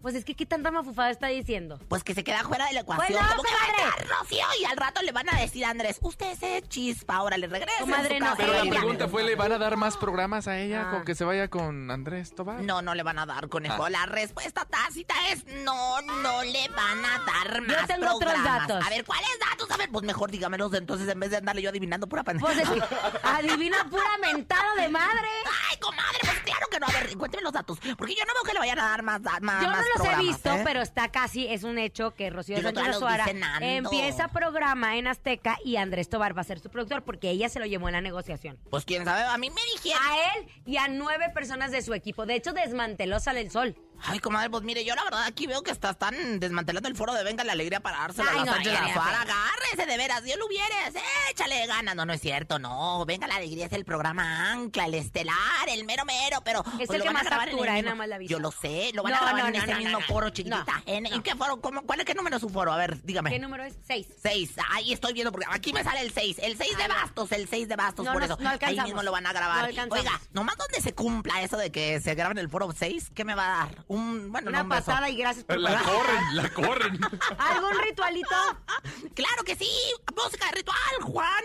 Speaker 4: Pues es que qué tanta mafufada está diciendo.
Speaker 5: Pues que se queda fuera de la ecuación.
Speaker 4: Pues no,
Speaker 5: ¿Cómo que va a
Speaker 4: comadre.
Speaker 5: entrar Rocío? Y al rato le van a decir a Andrés, usted se chispa, ahora le regresa.
Speaker 4: Comadre, no,
Speaker 6: Pero la
Speaker 4: Ella.
Speaker 6: pregunta fue, ¿le van a dar más programas a ella
Speaker 4: Ah.
Speaker 6: con que se vaya con Andrés Tobar?
Speaker 5: No, no le van a dar, conejo. La respuesta tácita es no, no le van a dar más
Speaker 4: tengo otros
Speaker 5: programas.
Speaker 4: datos.
Speaker 5: A ver, ¿cuáles datos? A ver, pues mejor dígamelos entonces en vez de andarle yo adivinando pura
Speaker 4: Pues
Speaker 5: pantalla.
Speaker 4: es- adivina pura mentada de madre.
Speaker 5: Ay, comadre, pues claro que no. A ver, cuénteme los datos. Porque yo no veo que le vayan a dar más da- más
Speaker 4: Yo no
Speaker 5: más
Speaker 4: los he
Speaker 5: programas,
Speaker 4: visto,
Speaker 5: ¿eh?
Speaker 4: pero está casi, es un hecho que Rocío
Speaker 5: Digo,
Speaker 4: Sánchez
Speaker 5: todavía los
Speaker 4: Azuara
Speaker 5: dice Nando.
Speaker 4: empieza programa en Azteca y Andrés Tobar va a ser su productor porque ella se lo llevó en la negociación.
Speaker 5: Pues quién sabe, a mí me dijeron.
Speaker 4: A él y a nueve personas de su equipo. De hecho, desmanteló Sale el Sol.
Speaker 5: Ay, comadre, pues mire, yo la verdad aquí veo que está, están desmantelando el foro de Venga la Alegría para dárselo
Speaker 4: Ay,
Speaker 5: a la
Speaker 4: no,
Speaker 5: Sánchez
Speaker 4: ya, ya,
Speaker 5: Azuara.
Speaker 4: ya.
Speaker 5: Agárrese de veras, Dios lo hubieres. Échale ganas. No, no es cierto, no. Venga la Alegría es el programa ancla, el estelar, el mero mero, pero.
Speaker 4: Es
Speaker 5: pues,
Speaker 4: el
Speaker 5: lo van
Speaker 4: que
Speaker 5: a
Speaker 4: más
Speaker 5: grabar en el
Speaker 4: factura, eh,
Speaker 5: mismo-
Speaker 4: nada más le aviso.
Speaker 5: Yo lo sé, lo van a
Speaker 4: No,
Speaker 5: grabar
Speaker 4: no,
Speaker 5: en
Speaker 4: no,
Speaker 5: ese
Speaker 4: no,
Speaker 5: mismo
Speaker 4: no, no.
Speaker 5: foro, chiquitita.
Speaker 4: No,
Speaker 5: ¿En, en
Speaker 4: no.
Speaker 5: qué foro? ¿Cómo, ¿Cuál es qué número es su foro? A ver, dígame.
Speaker 4: ¿Qué número es? Seis.
Speaker 5: Seis, ahí estoy viendo porque aquí me sale el seis, el seis de bastos, el seis de bastos,
Speaker 4: No,
Speaker 5: por
Speaker 4: no,
Speaker 5: eso.
Speaker 4: no
Speaker 5: ahí
Speaker 4: alcanzamos.
Speaker 5: mismo lo van a
Speaker 4: No
Speaker 5: grabar.
Speaker 4: alcanzamos.
Speaker 5: Oiga, nomás donde se cumpla eso de que se graba en el foro seis, ¿qué me va a dar? Un, bueno, no,
Speaker 4: Una
Speaker 5: un beso.
Speaker 4: pasada y gracias por
Speaker 6: La
Speaker 4: participar.
Speaker 6: corren, la corren.
Speaker 4: ¿Algún ritualito?
Speaker 5: Ah, Claro que sí, música de ritual, Juan.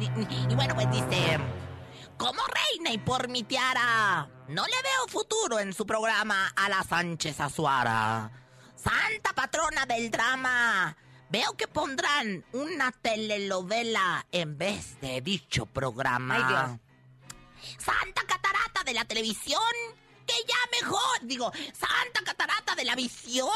Speaker 5: Y, y bueno, pues dice, como reina y por mi tiara, no le veo futuro en su programa a la Sánchez Azuara. Santa patrona del drama, veo que pondrán una telenovela en vez de dicho programa.
Speaker 4: Ay, Dios.
Speaker 5: Santa Catarata de la televisión, que ya mejor, digo, Santa Catarata de la visión,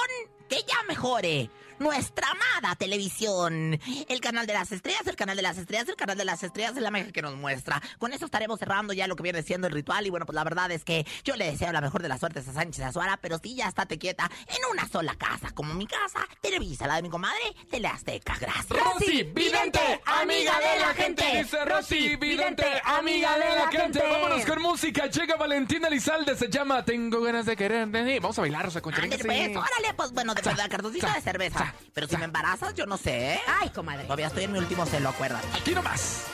Speaker 5: que ya mejore. Nuestra amada televisión. El canal de las estrellas, el canal de las estrellas, el canal de las estrellas es la magia que nos muestra. Con eso estaremos cerrando ya lo que viene siendo el ritual. Y bueno, pues la verdad es que yo le deseo la mejor de las suertes a Sánchez Azuara, pero sí ya estate quieta en una sola casa, como mi casa, Televisa, la de mi comadre, Teleazteca. Gracias.
Speaker 6: Rosy Vidente, amiga de la gente. Dice Rosy Vidente, amiga de la gente. Vámonos con música. Llega Valentina Lizalde, se llama Tengo ganas de quererte. Sí, Vamos a bailar, Rosa Concha. venga,
Speaker 5: Ándale, pues,
Speaker 6: sí.
Speaker 5: órale, pues bueno, de verdad, cartoncita de cerveza. Pero si me embarazas, yo no sé. ¿eh?
Speaker 4: Ay, comadre.
Speaker 5: Todavía estoy en mi último celo, acuérdate.
Speaker 6: Aquí nomás.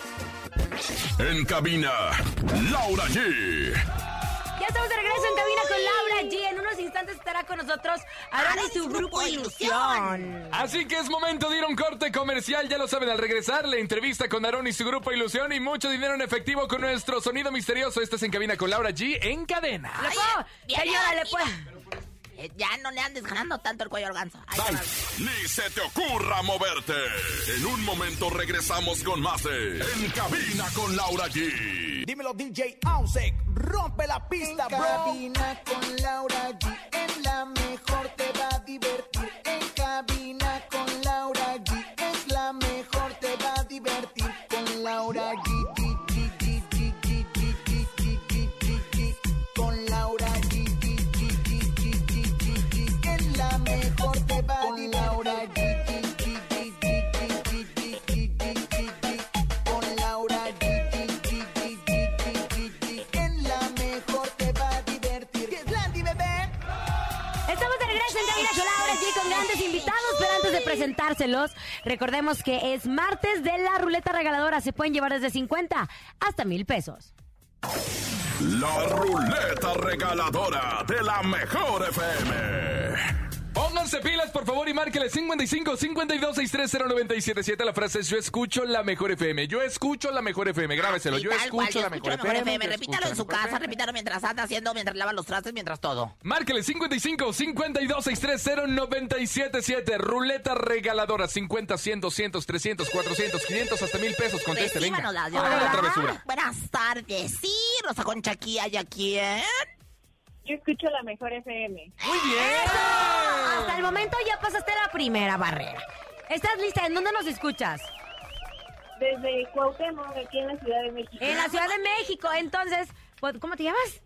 Speaker 7: En cabina, Laura G.
Speaker 4: Ya estamos de regreso en cabina con Laura G. En unos instantes estará con nosotros Aaron y su grupo Ilusión.
Speaker 6: Así que es momento de ir a un corte comercial, ya lo saben, al regresar la entrevista con Aaron y su grupo Ilusión y mucho dinero en efectivo con nuestro sonido misterioso. Estás en cabina con Laura G en cadena.
Speaker 4: ¿Le puedo?
Speaker 5: viene
Speaker 4: Señora, ¿le
Speaker 5: Aaron,
Speaker 4: puedo?
Speaker 5: Eh, ya no le andes ganando tanto el cuello al ganso. Ahí
Speaker 7: Tan,
Speaker 5: va.
Speaker 7: Ni se te ocurra moverte. En un momento regresamos con más de En cabina con Laura G.
Speaker 11: Dímelo, DJ Ausek. Rompe la pista,
Speaker 3: En cabina con Laura G, en la mejor te va a divertir. En cabina con Laura G, es la mejor te va a divertir. Con Laura G, G, G, G, G, G, G, G, G, G, G, G. Con Laura G, G, G, G, G, G, G, G. Es la mejor te va a divertir. Con Laura G, G, G, G, G, G, G, G, G, G, G. Con Laura G, G, G, G, G, G, G, G. En la mejor te va a divertir. Que es Landy, bebé.
Speaker 4: Estamos de regreso en Cabina con Laura G con grandes invitados, pero antes de presentárselos, recordemos que es martes de la ruleta regaladora. Se pueden llevar desde 50 hasta mil pesos.
Speaker 7: La ruleta regaladora de la mejor FM.
Speaker 6: Pónganse pilas, por favor, y márquenle 55 52 630 977. La frase es: Yo escucho la mejor FM. Yo escucho la mejor FM. Grábeselo.
Speaker 5: Y
Speaker 6: Yo
Speaker 5: tal cual,
Speaker 6: escucho la mejor FM. yo
Speaker 5: Repítalo
Speaker 6: escucho
Speaker 5: en
Speaker 6: la
Speaker 5: su
Speaker 6: mejor
Speaker 5: casa,
Speaker 6: FM.
Speaker 5: repítalo mientras anda haciendo, mientras lava los trastes, mientras todo.
Speaker 6: Márquele 55 52 630 977. Ruleta regaladora 50, 100, 200, 300, 400, 500, hasta mil pesos.
Speaker 5: Pues
Speaker 6: Conteste, venga.
Speaker 5: Recíbanos las
Speaker 6: Haga la
Speaker 5: llamadas.
Speaker 6: travesura.
Speaker 5: Buenas tardes. Sí, Rosa Concha aquí, ¿hay a quién?
Speaker 9: Yo escucho la mejor FM.
Speaker 6: Muy bien.
Speaker 4: Hasta el momento ya pasaste la primera barrera. ¿Estás lista? ¿En dónde nos escuchas?
Speaker 9: Desde Cuauhtémoc, aquí en la Ciudad de México.
Speaker 4: En la Ciudad de México. Entonces, pues, ¿cómo te llamas?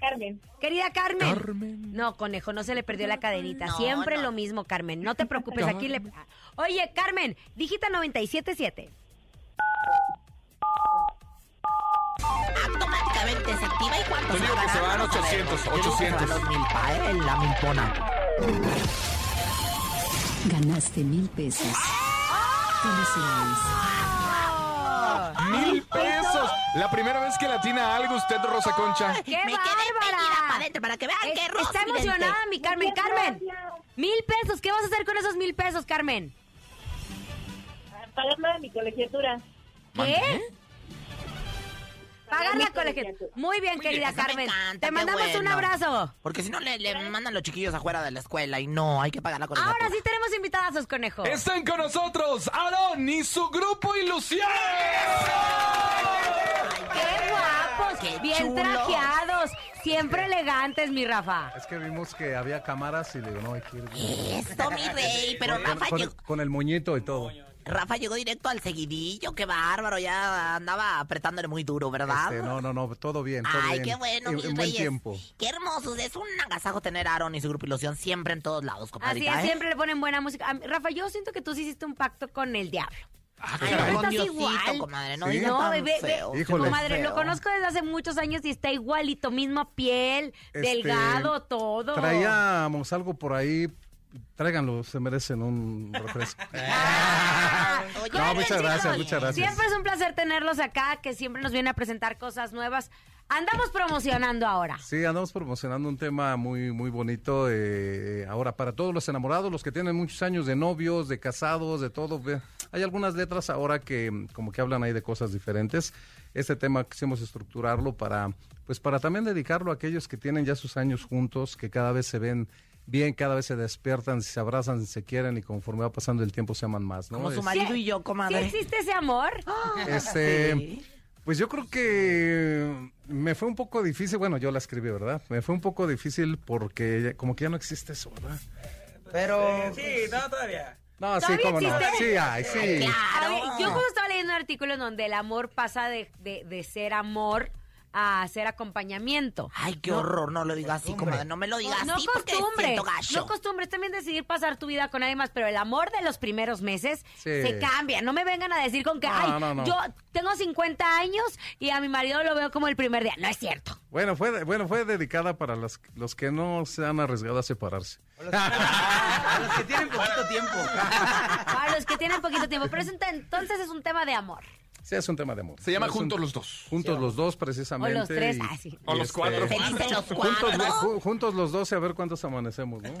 Speaker 9: Carmen.
Speaker 4: Querida Carmen.
Speaker 6: Carmen.
Speaker 4: No, conejo, no se le perdió la cadenita.
Speaker 5: No,
Speaker 4: Siempre
Speaker 5: no.
Speaker 4: lo mismo, Carmen. No te preocupes, aquí le... Oye, Carmen, digita 977.
Speaker 5: Automáticamente se activa y cuántos
Speaker 6: Yo digo que se van
Speaker 5: No lo
Speaker 6: 800,
Speaker 5: sabemos. Yo digo que se van
Speaker 6: 800.
Speaker 5: los mil pa, eh, la milpona.
Speaker 10: Ganaste mil pesos. Felicidades.
Speaker 6: Mil pesos. La primera vez que latina algo usted, Rosa Concha.
Speaker 4: ¡Qué
Speaker 5: Me quedé
Speaker 4: bárbara!
Speaker 5: metida para adentro para que vean
Speaker 4: Es-
Speaker 5: que Rosa
Speaker 4: Está
Speaker 5: vidente.
Speaker 4: emocionada mi Carmen.
Speaker 9: Muchas
Speaker 4: Carmen,
Speaker 9: gracias.
Speaker 4: mil pesos. ¿Qué vas a hacer con esos mil pesos, Carmen?
Speaker 9: Pagar nada de mi colegiatura.
Speaker 4: ¿Qué? Pagar
Speaker 9: mi
Speaker 4: la colegiatura.
Speaker 9: colegiatura.
Speaker 4: Muy bien, querida
Speaker 5: Eso pues, me
Speaker 4: Carmen.
Speaker 5: encanta,
Speaker 4: Te
Speaker 5: qué
Speaker 4: mandamos un
Speaker 5: bueno.
Speaker 4: abrazo.
Speaker 5: Porque si no, le, le mandan los chiquillos afuera de la escuela y no, hay que pagar la colegiatura.
Speaker 4: Ahora sí tenemos invitadas, conejo.
Speaker 6: Están con nosotros Aarón y su grupo Ilusión.
Speaker 4: ¡Qué guapos!
Speaker 5: Qué
Speaker 4: bien
Speaker 5: chulos.
Speaker 4: trajeados. Siempre elegantes, mi Rafa.
Speaker 12: Es que vimos que había cámaras y le digo, no, hay que ir con,
Speaker 5: Esto, mi rey, pero
Speaker 12: con-
Speaker 5: Rafa
Speaker 12: con el,
Speaker 5: llegó,
Speaker 12: con el moñito y todo.
Speaker 5: Rafa llegó directo al seguidillo, qué bárbaro, ya andaba apretándole muy duro, ¿verdad?
Speaker 12: Este, no, no, no, todo bien, todo
Speaker 5: Ay,
Speaker 12: bien.
Speaker 5: qué bueno,
Speaker 12: En-
Speaker 5: mis
Speaker 12: en buen
Speaker 5: reyes.
Speaker 12: tiempo.
Speaker 5: Qué hermosos. Es un agasajo tener a Aaron y su grupo Ilusión siempre en todos lados,
Speaker 4: Así
Speaker 5: compadrita.
Speaker 4: es,
Speaker 5: ¿eh?
Speaker 4: siempre le ponen buena música. A mí- Rafa, yo siento que tú sí hiciste un pacto con el diablo.
Speaker 5: Ay,
Speaker 4: Pero
Speaker 5: Ah, con
Speaker 4: estás
Speaker 5: Diosito,
Speaker 4: igual.
Speaker 5: comadre. No
Speaker 12: Sí.
Speaker 5: digas
Speaker 4: No,
Speaker 5: tan
Speaker 4: bebé, ve-
Speaker 5: feo.
Speaker 12: Híjole.
Speaker 4: Tu madre, lo
Speaker 5: Feo.
Speaker 4: conozco desde hace muchos años y está igualito, misma piel,
Speaker 12: Este,
Speaker 4: delgado, todo.
Speaker 12: Traíamos algo por ahí, tráiganlo, se merecen un refresco.
Speaker 4: Ah,
Speaker 5: Oye,
Speaker 12: No, muchas
Speaker 4: chicos,
Speaker 12: gracias, muchas gracias.
Speaker 4: Siempre es un placer tenerlos acá, que siempre nos viene a presentar cosas nuevas. Andamos promocionando ahora.
Speaker 12: Sí, andamos promocionando un tema muy muy bonito eh, ahora para todos los enamorados, los que tienen muchos años de novios, de casados, de todo. ve- Hay algunas letras ahora que mm, como que hablan ahí de cosas diferentes. Este tema quisimos estructurarlo para pues para también dedicarlo a aquellos que tienen ya sus años juntos, que cada vez se ven bien, cada vez se despiertan, se abrazan, se quieren y conforme va pasando el tiempo se aman más, ¿no?
Speaker 5: Como su
Speaker 12: Es-
Speaker 5: marido
Speaker 4: Sí,
Speaker 5: y yo,
Speaker 4: ¿Sí
Speaker 5: comadre.
Speaker 4: existe ese amor?
Speaker 12: este,
Speaker 5: Sí.
Speaker 12: pues yo creo que me fue un poco difícil, bueno, yo la escribí, ¿verdad? Me fue un poco difícil porque ya- como que ya no existe eso, ¿verdad?
Speaker 5: Pero.
Speaker 12: No, sí,
Speaker 4: ¿Todavía
Speaker 12: cómo no.
Speaker 4: existe?
Speaker 12: Sí, ay, sí.
Speaker 4: A ver,
Speaker 5: Claro.
Speaker 4: yo justo estaba leyendo un artículo en donde el amor pasa de, de- de ser amor a ser acompañamiento.
Speaker 5: Ay, qué horror. No lo digas así, comadre. No me lo digas
Speaker 4: No
Speaker 5: así porque
Speaker 4: costumbre,
Speaker 5: siento gacho.
Speaker 4: no costumbre, es también decidir pasar tu vida con alguien más, pero el amor de los primeros meses
Speaker 12: Sí.
Speaker 4: se cambia. No me vengan a decir con que,
Speaker 12: No,
Speaker 4: ay,
Speaker 12: no, no.
Speaker 4: yo tengo 50 años y a mi marido lo veo como el primer día. No es cierto.
Speaker 12: Bueno, fue, de- bueno, fue dedicada para los, los que no se han arriesgado a separarse.
Speaker 13: los que tienen poquito tiempo.
Speaker 4: Para los que tienen poquito tiempo, pero es un te- entonces es un tema de amor.
Speaker 12: Sí, es un tema de amor.
Speaker 6: Se llama
Speaker 12: Es un-
Speaker 6: Juntos los Dos.
Speaker 12: Juntos los dos, precisamente.
Speaker 4: O los tres,
Speaker 12: y-
Speaker 4: ah, sí.
Speaker 6: O
Speaker 12: y
Speaker 6: los cuatro. Felices los
Speaker 12: Juntos,
Speaker 6: cuatro.
Speaker 12: ju- juntos los dos y a ver cuántos amanecemos, ¿no?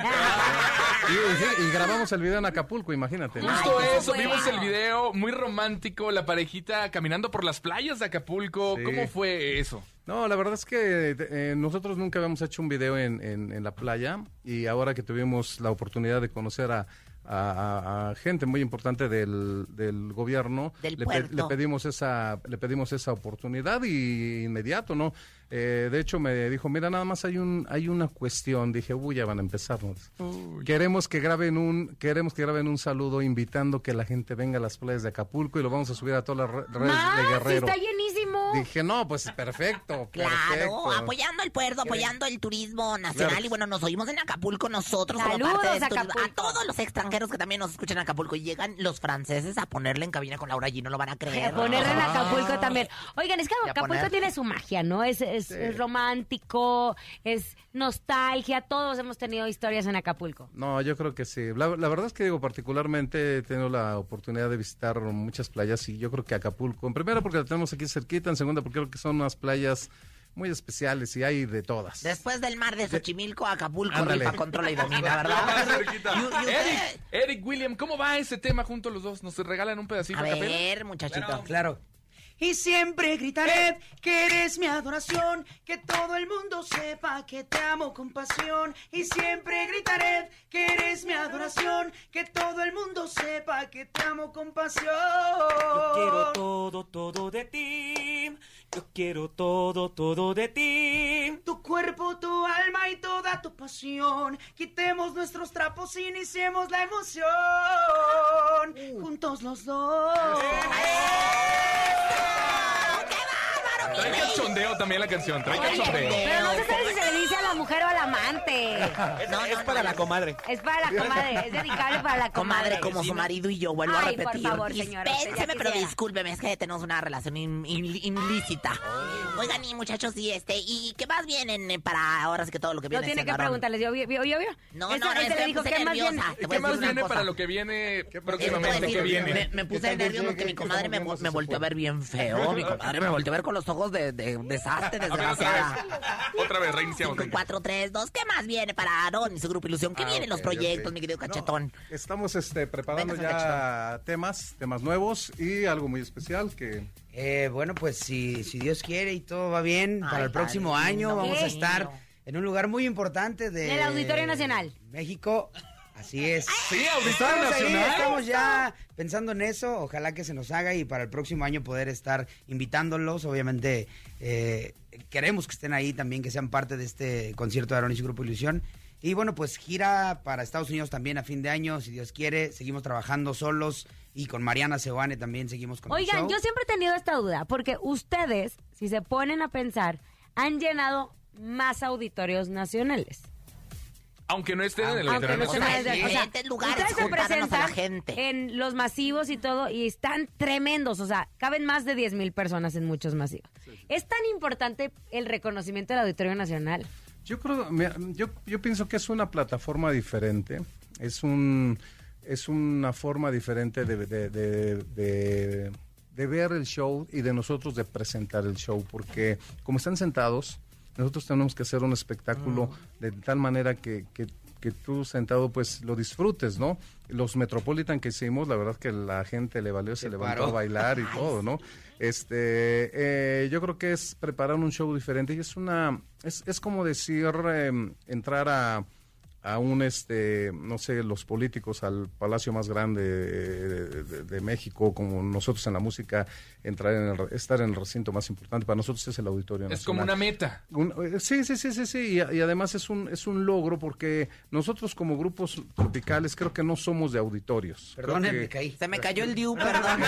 Speaker 12: y, y- y grabamos el video en Acapulco, imagínate.
Speaker 6: Justo eso, vimos el video muy romántico, la parejita caminando por las playas de Acapulco.
Speaker 12: Sí.
Speaker 6: ¿Cómo fue eso?
Speaker 12: No, la verdad es que eh, nosotros nunca habíamos hecho un video en, en- en la playa y ahora que tuvimos la oportunidad de conocer a, a- a- a gente muy importante del, del gobierno,
Speaker 5: Del
Speaker 12: le,
Speaker 5: puerto.
Speaker 12: le pedimos esa le pedimos esa oportunidad y inmediato, ¿no? Eh, de hecho me dijo, mira, nada más hay un hay una cuestión. Dije, uy, ya van a empezar. ¿no? Queremos que graben un queremos que graben un saludo invitando que la gente venga a las playas de Acapulco y lo vamos a subir a todas las re- redes de
Speaker 4: Más,
Speaker 12: Guerrero.
Speaker 4: está llenísimo.
Speaker 12: Dije, no, pues perfecto.
Speaker 5: Claro,
Speaker 12: perfecto.
Speaker 5: apoyando el puerto, apoyando el turismo nacional.
Speaker 12: Claro.
Speaker 5: Y bueno, nos oímos en Acapulco nosotros
Speaker 4: Saludos,
Speaker 5: como parte del turismo.
Speaker 4: Acapulco.
Speaker 5: A todos los extranjeros que también nos escuchan en Acapulco. Y llegan los franceses a ponerle en cabina con Laura G, no lo van a creer.
Speaker 4: A ponerle en
Speaker 5: Ah.
Speaker 4: Acapulco también. Oigan, es que
Speaker 5: Y a
Speaker 4: Acapulco
Speaker 5: poner-
Speaker 4: tiene su magia, ¿no? Es, es, es romántico, es nostalgia. Todos hemos tenido historias en Acapulco.
Speaker 12: No, yo creo que sí. La, la verdad es que digo, particularmente he tenido la oportunidad de visitar muchas playas y yo creo que Acapulco, en primera porque la tenemos aquí cerquita, en segunda porque creo que son unas playas muy especiales y hay de todas.
Speaker 5: Después del mar de Xochimilco, Acapulco,
Speaker 12: Ándale.
Speaker 5: rifa, controla y domina, ¿verdad?
Speaker 6: Eric, Eric William, ¿cómo va ese tema juntos los dos? ¿Nos regalan un pedacito
Speaker 5: A
Speaker 6: capela?
Speaker 5: ver, muchachito.
Speaker 14: claro. Y siempre
Speaker 15: Eh.
Speaker 14: gritaré que eres mi adoración, que todo el mundo sepa que te amo con pasión. Y siempre gritaré que eres mi adoración, que todo el mundo sepa que te amo con pasión.
Speaker 15: Yo quiero todo, todo de ti. Yo quiero todo, todo de ti.
Speaker 14: Tu cuerpo, tu alma y toda tu pasión. Quitemos nuestros trapos, iniciemos la emoción.
Speaker 15: Uh.
Speaker 14: Juntos los dos.
Speaker 6: Trae cachondeo también la canción, trae
Speaker 4: Oye, pero no se
Speaker 6: cachondeo.
Speaker 4: sabe si se le dice a la mujer o al amante.
Speaker 15: es para la comadre.
Speaker 4: Es para la comadre, es dedicable para la comadre.
Speaker 5: Comadre, como su marido y yo, vuelvo a
Speaker 4: Ay, por
Speaker 5: repetir.
Speaker 4: favor, señora, usted ya
Speaker 5: Dispénseme, pero
Speaker 4: quisiera.
Speaker 5: discúlpeme, es que tenemos una relación in- in- ilícita.
Speaker 6: Oh.
Speaker 5: Oigan, y muchachos, y este, ¿y qué más vienen eh, para ahora sí que todo lo que
Speaker 4: No
Speaker 5: viene?
Speaker 4: tiene
Speaker 5: este
Speaker 4: que
Speaker 5: varón?
Speaker 4: preguntarles, yo, yo, yo, yo.
Speaker 5: No, no, no, es que me puse nerviosa. Te voy a
Speaker 6: ¿Qué
Speaker 5: decir
Speaker 6: más
Speaker 5: una
Speaker 6: viene
Speaker 5: cosa.
Speaker 6: para lo que viene
Speaker 5: Esto
Speaker 6: próximamente?
Speaker 5: es decir,
Speaker 6: ¿Qué viene?
Speaker 5: Me, me puse nervioso porque mi comadre me, me volteó a ver bien feo. Mi comadre me volteó a ver con los ojos de, de desastre,
Speaker 6: A ver, otra
Speaker 5: desgraciada.
Speaker 6: vez. Otra vez, reiniciamos.
Speaker 5: 4, 3, 2, ¿qué más viene para Aaron y su grupo Ilusión? ¿Qué
Speaker 12: Ah,
Speaker 5: vienen los
Speaker 12: ok, ok.
Speaker 5: proyectos, mi querido
Speaker 12: No,
Speaker 5: cachetón?
Speaker 12: estamos este, preparando
Speaker 5: Venga,
Speaker 12: ya temas, temas nuevos y algo muy especial que...
Speaker 16: Eh, bueno, pues si, si Dios quiere y todo va bien, para el próximo
Speaker 4: padre,
Speaker 16: año
Speaker 4: lindo,
Speaker 16: vamos
Speaker 4: qué
Speaker 16: a estar
Speaker 4: lindo.
Speaker 16: en un lugar muy importante de...
Speaker 4: En el Auditorio Nacional.
Speaker 16: México. Así es.
Speaker 6: Sí, Auditorio
Speaker 16: estamos ahí,
Speaker 6: Nacional.
Speaker 16: estamos ya pensando en eso. Ojalá que se nos haga y para el próximo año poder estar invitándolos. Obviamente eh, queremos que estén ahí también, que sean parte de este concierto de Aaron y su Grupo Ilusión. Y bueno, pues gira para Estados Unidos también a fin de año, si Dios quiere. Seguimos trabajando solos y con Mariana Sebane también seguimos con el
Speaker 4: Oigan,
Speaker 16: show.
Speaker 4: yo siempre he tenido esta duda, porque ustedes, si se ponen a pensar, han llenado más auditorios nacionales.
Speaker 6: Aunque no estén en el
Speaker 4: Aunque
Speaker 6: Auditorio
Speaker 4: no estén en
Speaker 6: Nacional.
Speaker 4: el Auditorio Nacional. O sea, ustedes se presentan en los masivos y todo, y están tremendos. O sea, caben más de 10 mil personas en muchos masivos. ¿Es tan importante el reconocimiento del Auditorio Nacional?
Speaker 12: Yo creo, mira, yo, yo pienso que es una plataforma diferente, es un es una forma diferente de, de- de- de- de ver el show y de nosotros de presentar el show, porque como están sentados, nosotros tenemos que hacer un espectáculo
Speaker 6: Mm.
Speaker 12: de tal manera que, que- que tú sentado pues lo disfrutes, ¿no? Los Metropolitan que hicimos, la verdad que la gente le valió, se, levantó
Speaker 16: paró.
Speaker 12: a bailar y todo, ¿no? Este, eh, yo creo que es preparar un show diferente y es una, es, es como decir, em, entrar a, a un, este, no sé, los políticos al palacio más grande de, de- de México, como nosotros en la música, entrar en el re- estar en el recinto más importante, para nosotros es el auditorio.
Speaker 6: Es como
Speaker 12: Nacional.
Speaker 6: una meta.
Speaker 12: Un- eh, sí, sí, sí, sí, sí. Y, a- y además es un, es un logro porque nosotros como grupos tropicales creo que no somos de auditorios. Creo
Speaker 16: Perdónenme,
Speaker 12: que-
Speaker 16: caí.
Speaker 5: Se me cayó el diu, perdón.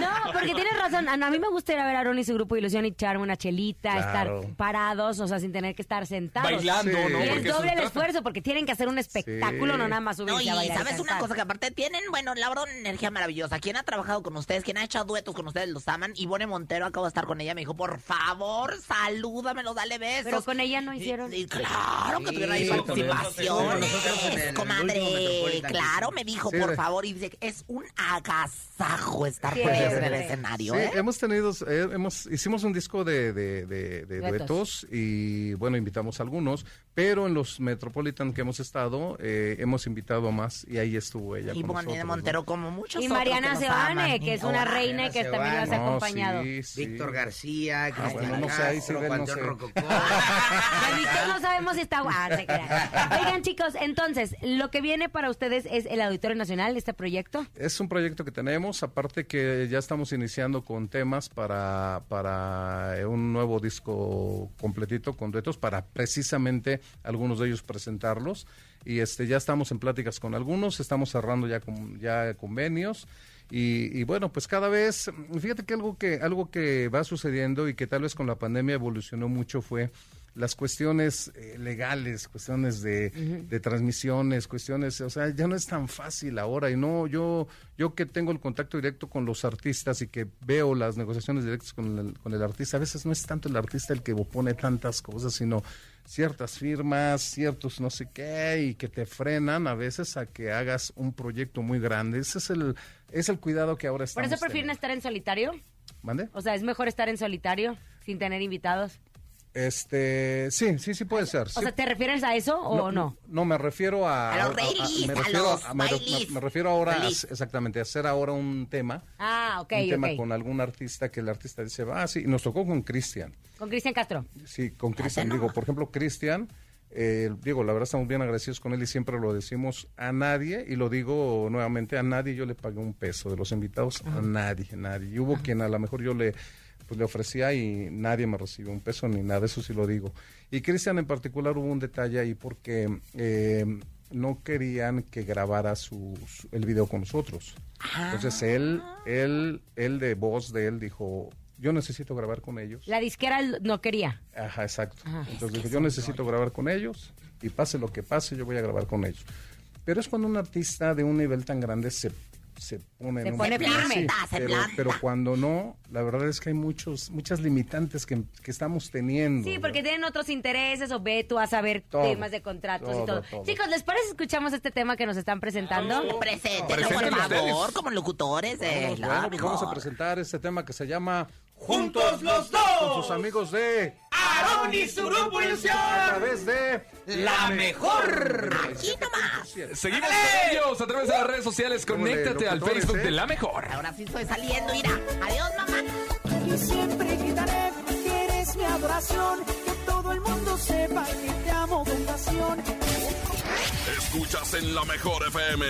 Speaker 4: No, porque tienes razón. A a mí me gusta ir a ver a Aaron y su grupo de Ilusión y echarme una chelita,
Speaker 12: Claro.
Speaker 4: estar parados, o sea, sin tener que estar sentados.
Speaker 6: Bailando, no, no.
Speaker 4: Y es
Speaker 6: porque eso
Speaker 4: doble
Speaker 6: se
Speaker 4: el
Speaker 6: trata.
Speaker 4: esfuerzo porque tienen que hacer un espectáculo,
Speaker 5: Sí.
Speaker 4: no nada más subirse
Speaker 5: No, y
Speaker 4: a bailar. y
Speaker 5: sabes una
Speaker 4: cantar.
Speaker 5: cosa que aparte tienen, bueno, la verdad, una energía maravillosa. ¿Quién ha trabajado con ustedes? ¿Quién ha hecho duetos con ustedes? Los aman. Ivone Montero acabo de estar con ella. Me dijo, por favor, salúdamelo, dale besos.
Speaker 4: Pero con ella no hicieron.
Speaker 5: Claro que tuvieron ahí
Speaker 16: Sí, con nosotros,
Speaker 5: participaciones,
Speaker 16: con nosotros en el último
Speaker 5: comadre.
Speaker 16: Metropolitan.
Speaker 5: Claro, me dijo,
Speaker 12: Sí,
Speaker 5: por
Speaker 12: de-
Speaker 5: favor. Y dice, es un agasajo estar
Speaker 12: Sí,
Speaker 5: con ellos en
Speaker 12: hombre.
Speaker 5: el escenario,
Speaker 12: Sí,
Speaker 5: ¿eh?
Speaker 12: hemos tenido, eh, hemos, hicimos un disco de, de- de- de
Speaker 5: Duetos.
Speaker 12: duetos y bueno, invitamos a algunos, pero en los Metropolitan que hemos estado, eh, hemos invitado a más y ahí estuvo ella.
Speaker 5: Y
Speaker 12: con
Speaker 5: Bonnie de
Speaker 12: nosotros, ¿no?
Speaker 5: Montero, como muchos
Speaker 4: Y
Speaker 5: otros
Speaker 4: Mariana
Speaker 5: que nos
Speaker 4: Sebane,
Speaker 5: aman.
Speaker 4: que es una
Speaker 5: Hola,
Speaker 4: reina y
Speaker 5: Mariana
Speaker 4: que también nos ha
Speaker 12: Sebane. No,
Speaker 4: acompañado.
Speaker 12: sí, sí. Ah,
Speaker 16: Víctor García, Cristian
Speaker 12: bueno, no sé, ahí sí
Speaker 16: Castro,
Speaker 12: ven, no
Speaker 16: Panteón
Speaker 12: sé.
Speaker 16: Rococó.
Speaker 4: Bendito, no sabemos si está guau, se crean. Oigan, chicos, entonces, lo que viene para ustedes es el Auditorio Nacional, este proyecto.
Speaker 12: Es un proyecto que tenemos, aparte que ya estamos iniciando con temas para, para eh, un nuevo disco completito con duetos, para precisamente algunos de ellos presentarlos. Y este ya estamos en pláticas con algunos, estamos cerrando ya, con, ya convenios. Y, y bueno, pues cada vez, fíjate que algo, que algo que va sucediendo y que tal vez con la pandemia evolucionó mucho fue las cuestiones eh, legales, cuestiones de, de transmisiones, cuestiones, o sea, ya no es tan fácil ahora y no, yo, yo que tengo el contacto directo con los artistas y que veo las negociaciones directas con el, con el artista, a veces no es tanto el artista el que opone tantas cosas, sino ciertas firmas, ciertos no sé qué, y que te frenan a veces a que hagas un proyecto muy grande. Ese es el, es el cuidado que ahora
Speaker 4: ¿Por
Speaker 12: estamos
Speaker 4: eso prefieren estar en solitario?
Speaker 12: teniendo. ¿Mande?
Speaker 4: O sea, ¿es mejor estar en solitario sin tener invitados?
Speaker 12: Este, sí, sí, sí puede ser.
Speaker 4: O
Speaker 12: sí
Speaker 4: sea, ¿te refieres a eso o no?
Speaker 12: No, me refiero a.
Speaker 4: A los railis,
Speaker 12: me
Speaker 4: a
Speaker 12: refiero
Speaker 4: los
Speaker 12: me, re-
Speaker 4: bailis.
Speaker 12: me refiero ahora, a-
Speaker 4: Bailis.
Speaker 12: exactamente, a hacer ahora un tema.
Speaker 4: Ah, ok,
Speaker 12: un tema
Speaker 4: ok.
Speaker 12: con algún artista que el artista dice, ah, sí, y nos tocó con Cristian.
Speaker 4: Con Cristian Castro.
Speaker 12: Sí, con Cristian. Digo, por ejemplo, Cristian, eh, digo, la verdad estamos bien agradecidos con él y siempre lo decimos a nadie, y lo digo nuevamente, a nadie yo le pagué un peso de los invitados, a nadie, nadie. Y hubo quien a lo mejor yo le pues le ofrecía y nadie me recibió un peso ni nada, eso sí lo digo. Y Cristian en particular hubo un detalle ahí porque eh, no querían que grabara su, su- el video con nosotros. Entonces él, él, él de voz de él dijo, yo necesito grabar con ellos.
Speaker 4: La disquera no quería.
Speaker 12: Ajá, exacto.
Speaker 4: Ah, es
Speaker 12: Entonces dijo, yo necesito grabar con ellos y pase lo que pase, yo voy a grabar con ellos. Pero es cuando un artista de un nivel tan grande se, se pone...
Speaker 4: Se
Speaker 12: en un
Speaker 4: pone
Speaker 12: plan
Speaker 4: firme.
Speaker 12: así.
Speaker 4: Se
Speaker 12: Pero,
Speaker 4: planta.
Speaker 12: pero cuando no, la verdad es que hay muchos, muchas limitantes que, que estamos teniendo.
Speaker 4: Sí, porque tienen otros intereses o ve tú a saber
Speaker 12: Todo,
Speaker 4: temas de contratos y
Speaker 12: todo,
Speaker 4: todo.
Speaker 12: todo.
Speaker 4: Chicos, ¿les parece si escuchamos este tema que nos están presentando?
Speaker 5: Preséntenlo, por favor, como locutores eh, de
Speaker 12: Vamos,
Speaker 5: la
Speaker 12: bueno, pues vamos a
Speaker 5: mejor.
Speaker 12: presentar este tema que se llama
Speaker 5: Juntos los dos.
Speaker 12: con sus amigos de
Speaker 3: Aarón y su grupo Ilusión.
Speaker 12: a través de
Speaker 3: La mejor.
Speaker 5: Aquí nomás.
Speaker 6: Seguimos con ellos a través de las redes sociales. Conéctate al
Speaker 3: locutores,
Speaker 6: Facebook
Speaker 3: ¿eh?
Speaker 6: de La Mejor.
Speaker 5: Ahora sí estoy saliendo, mira. Adiós, mamá.
Speaker 3: Y siempre gritaré que eres mi adoración. Que todo el mundo sepa que te amo con pasión.
Speaker 7: Escuchas en la mejor FM.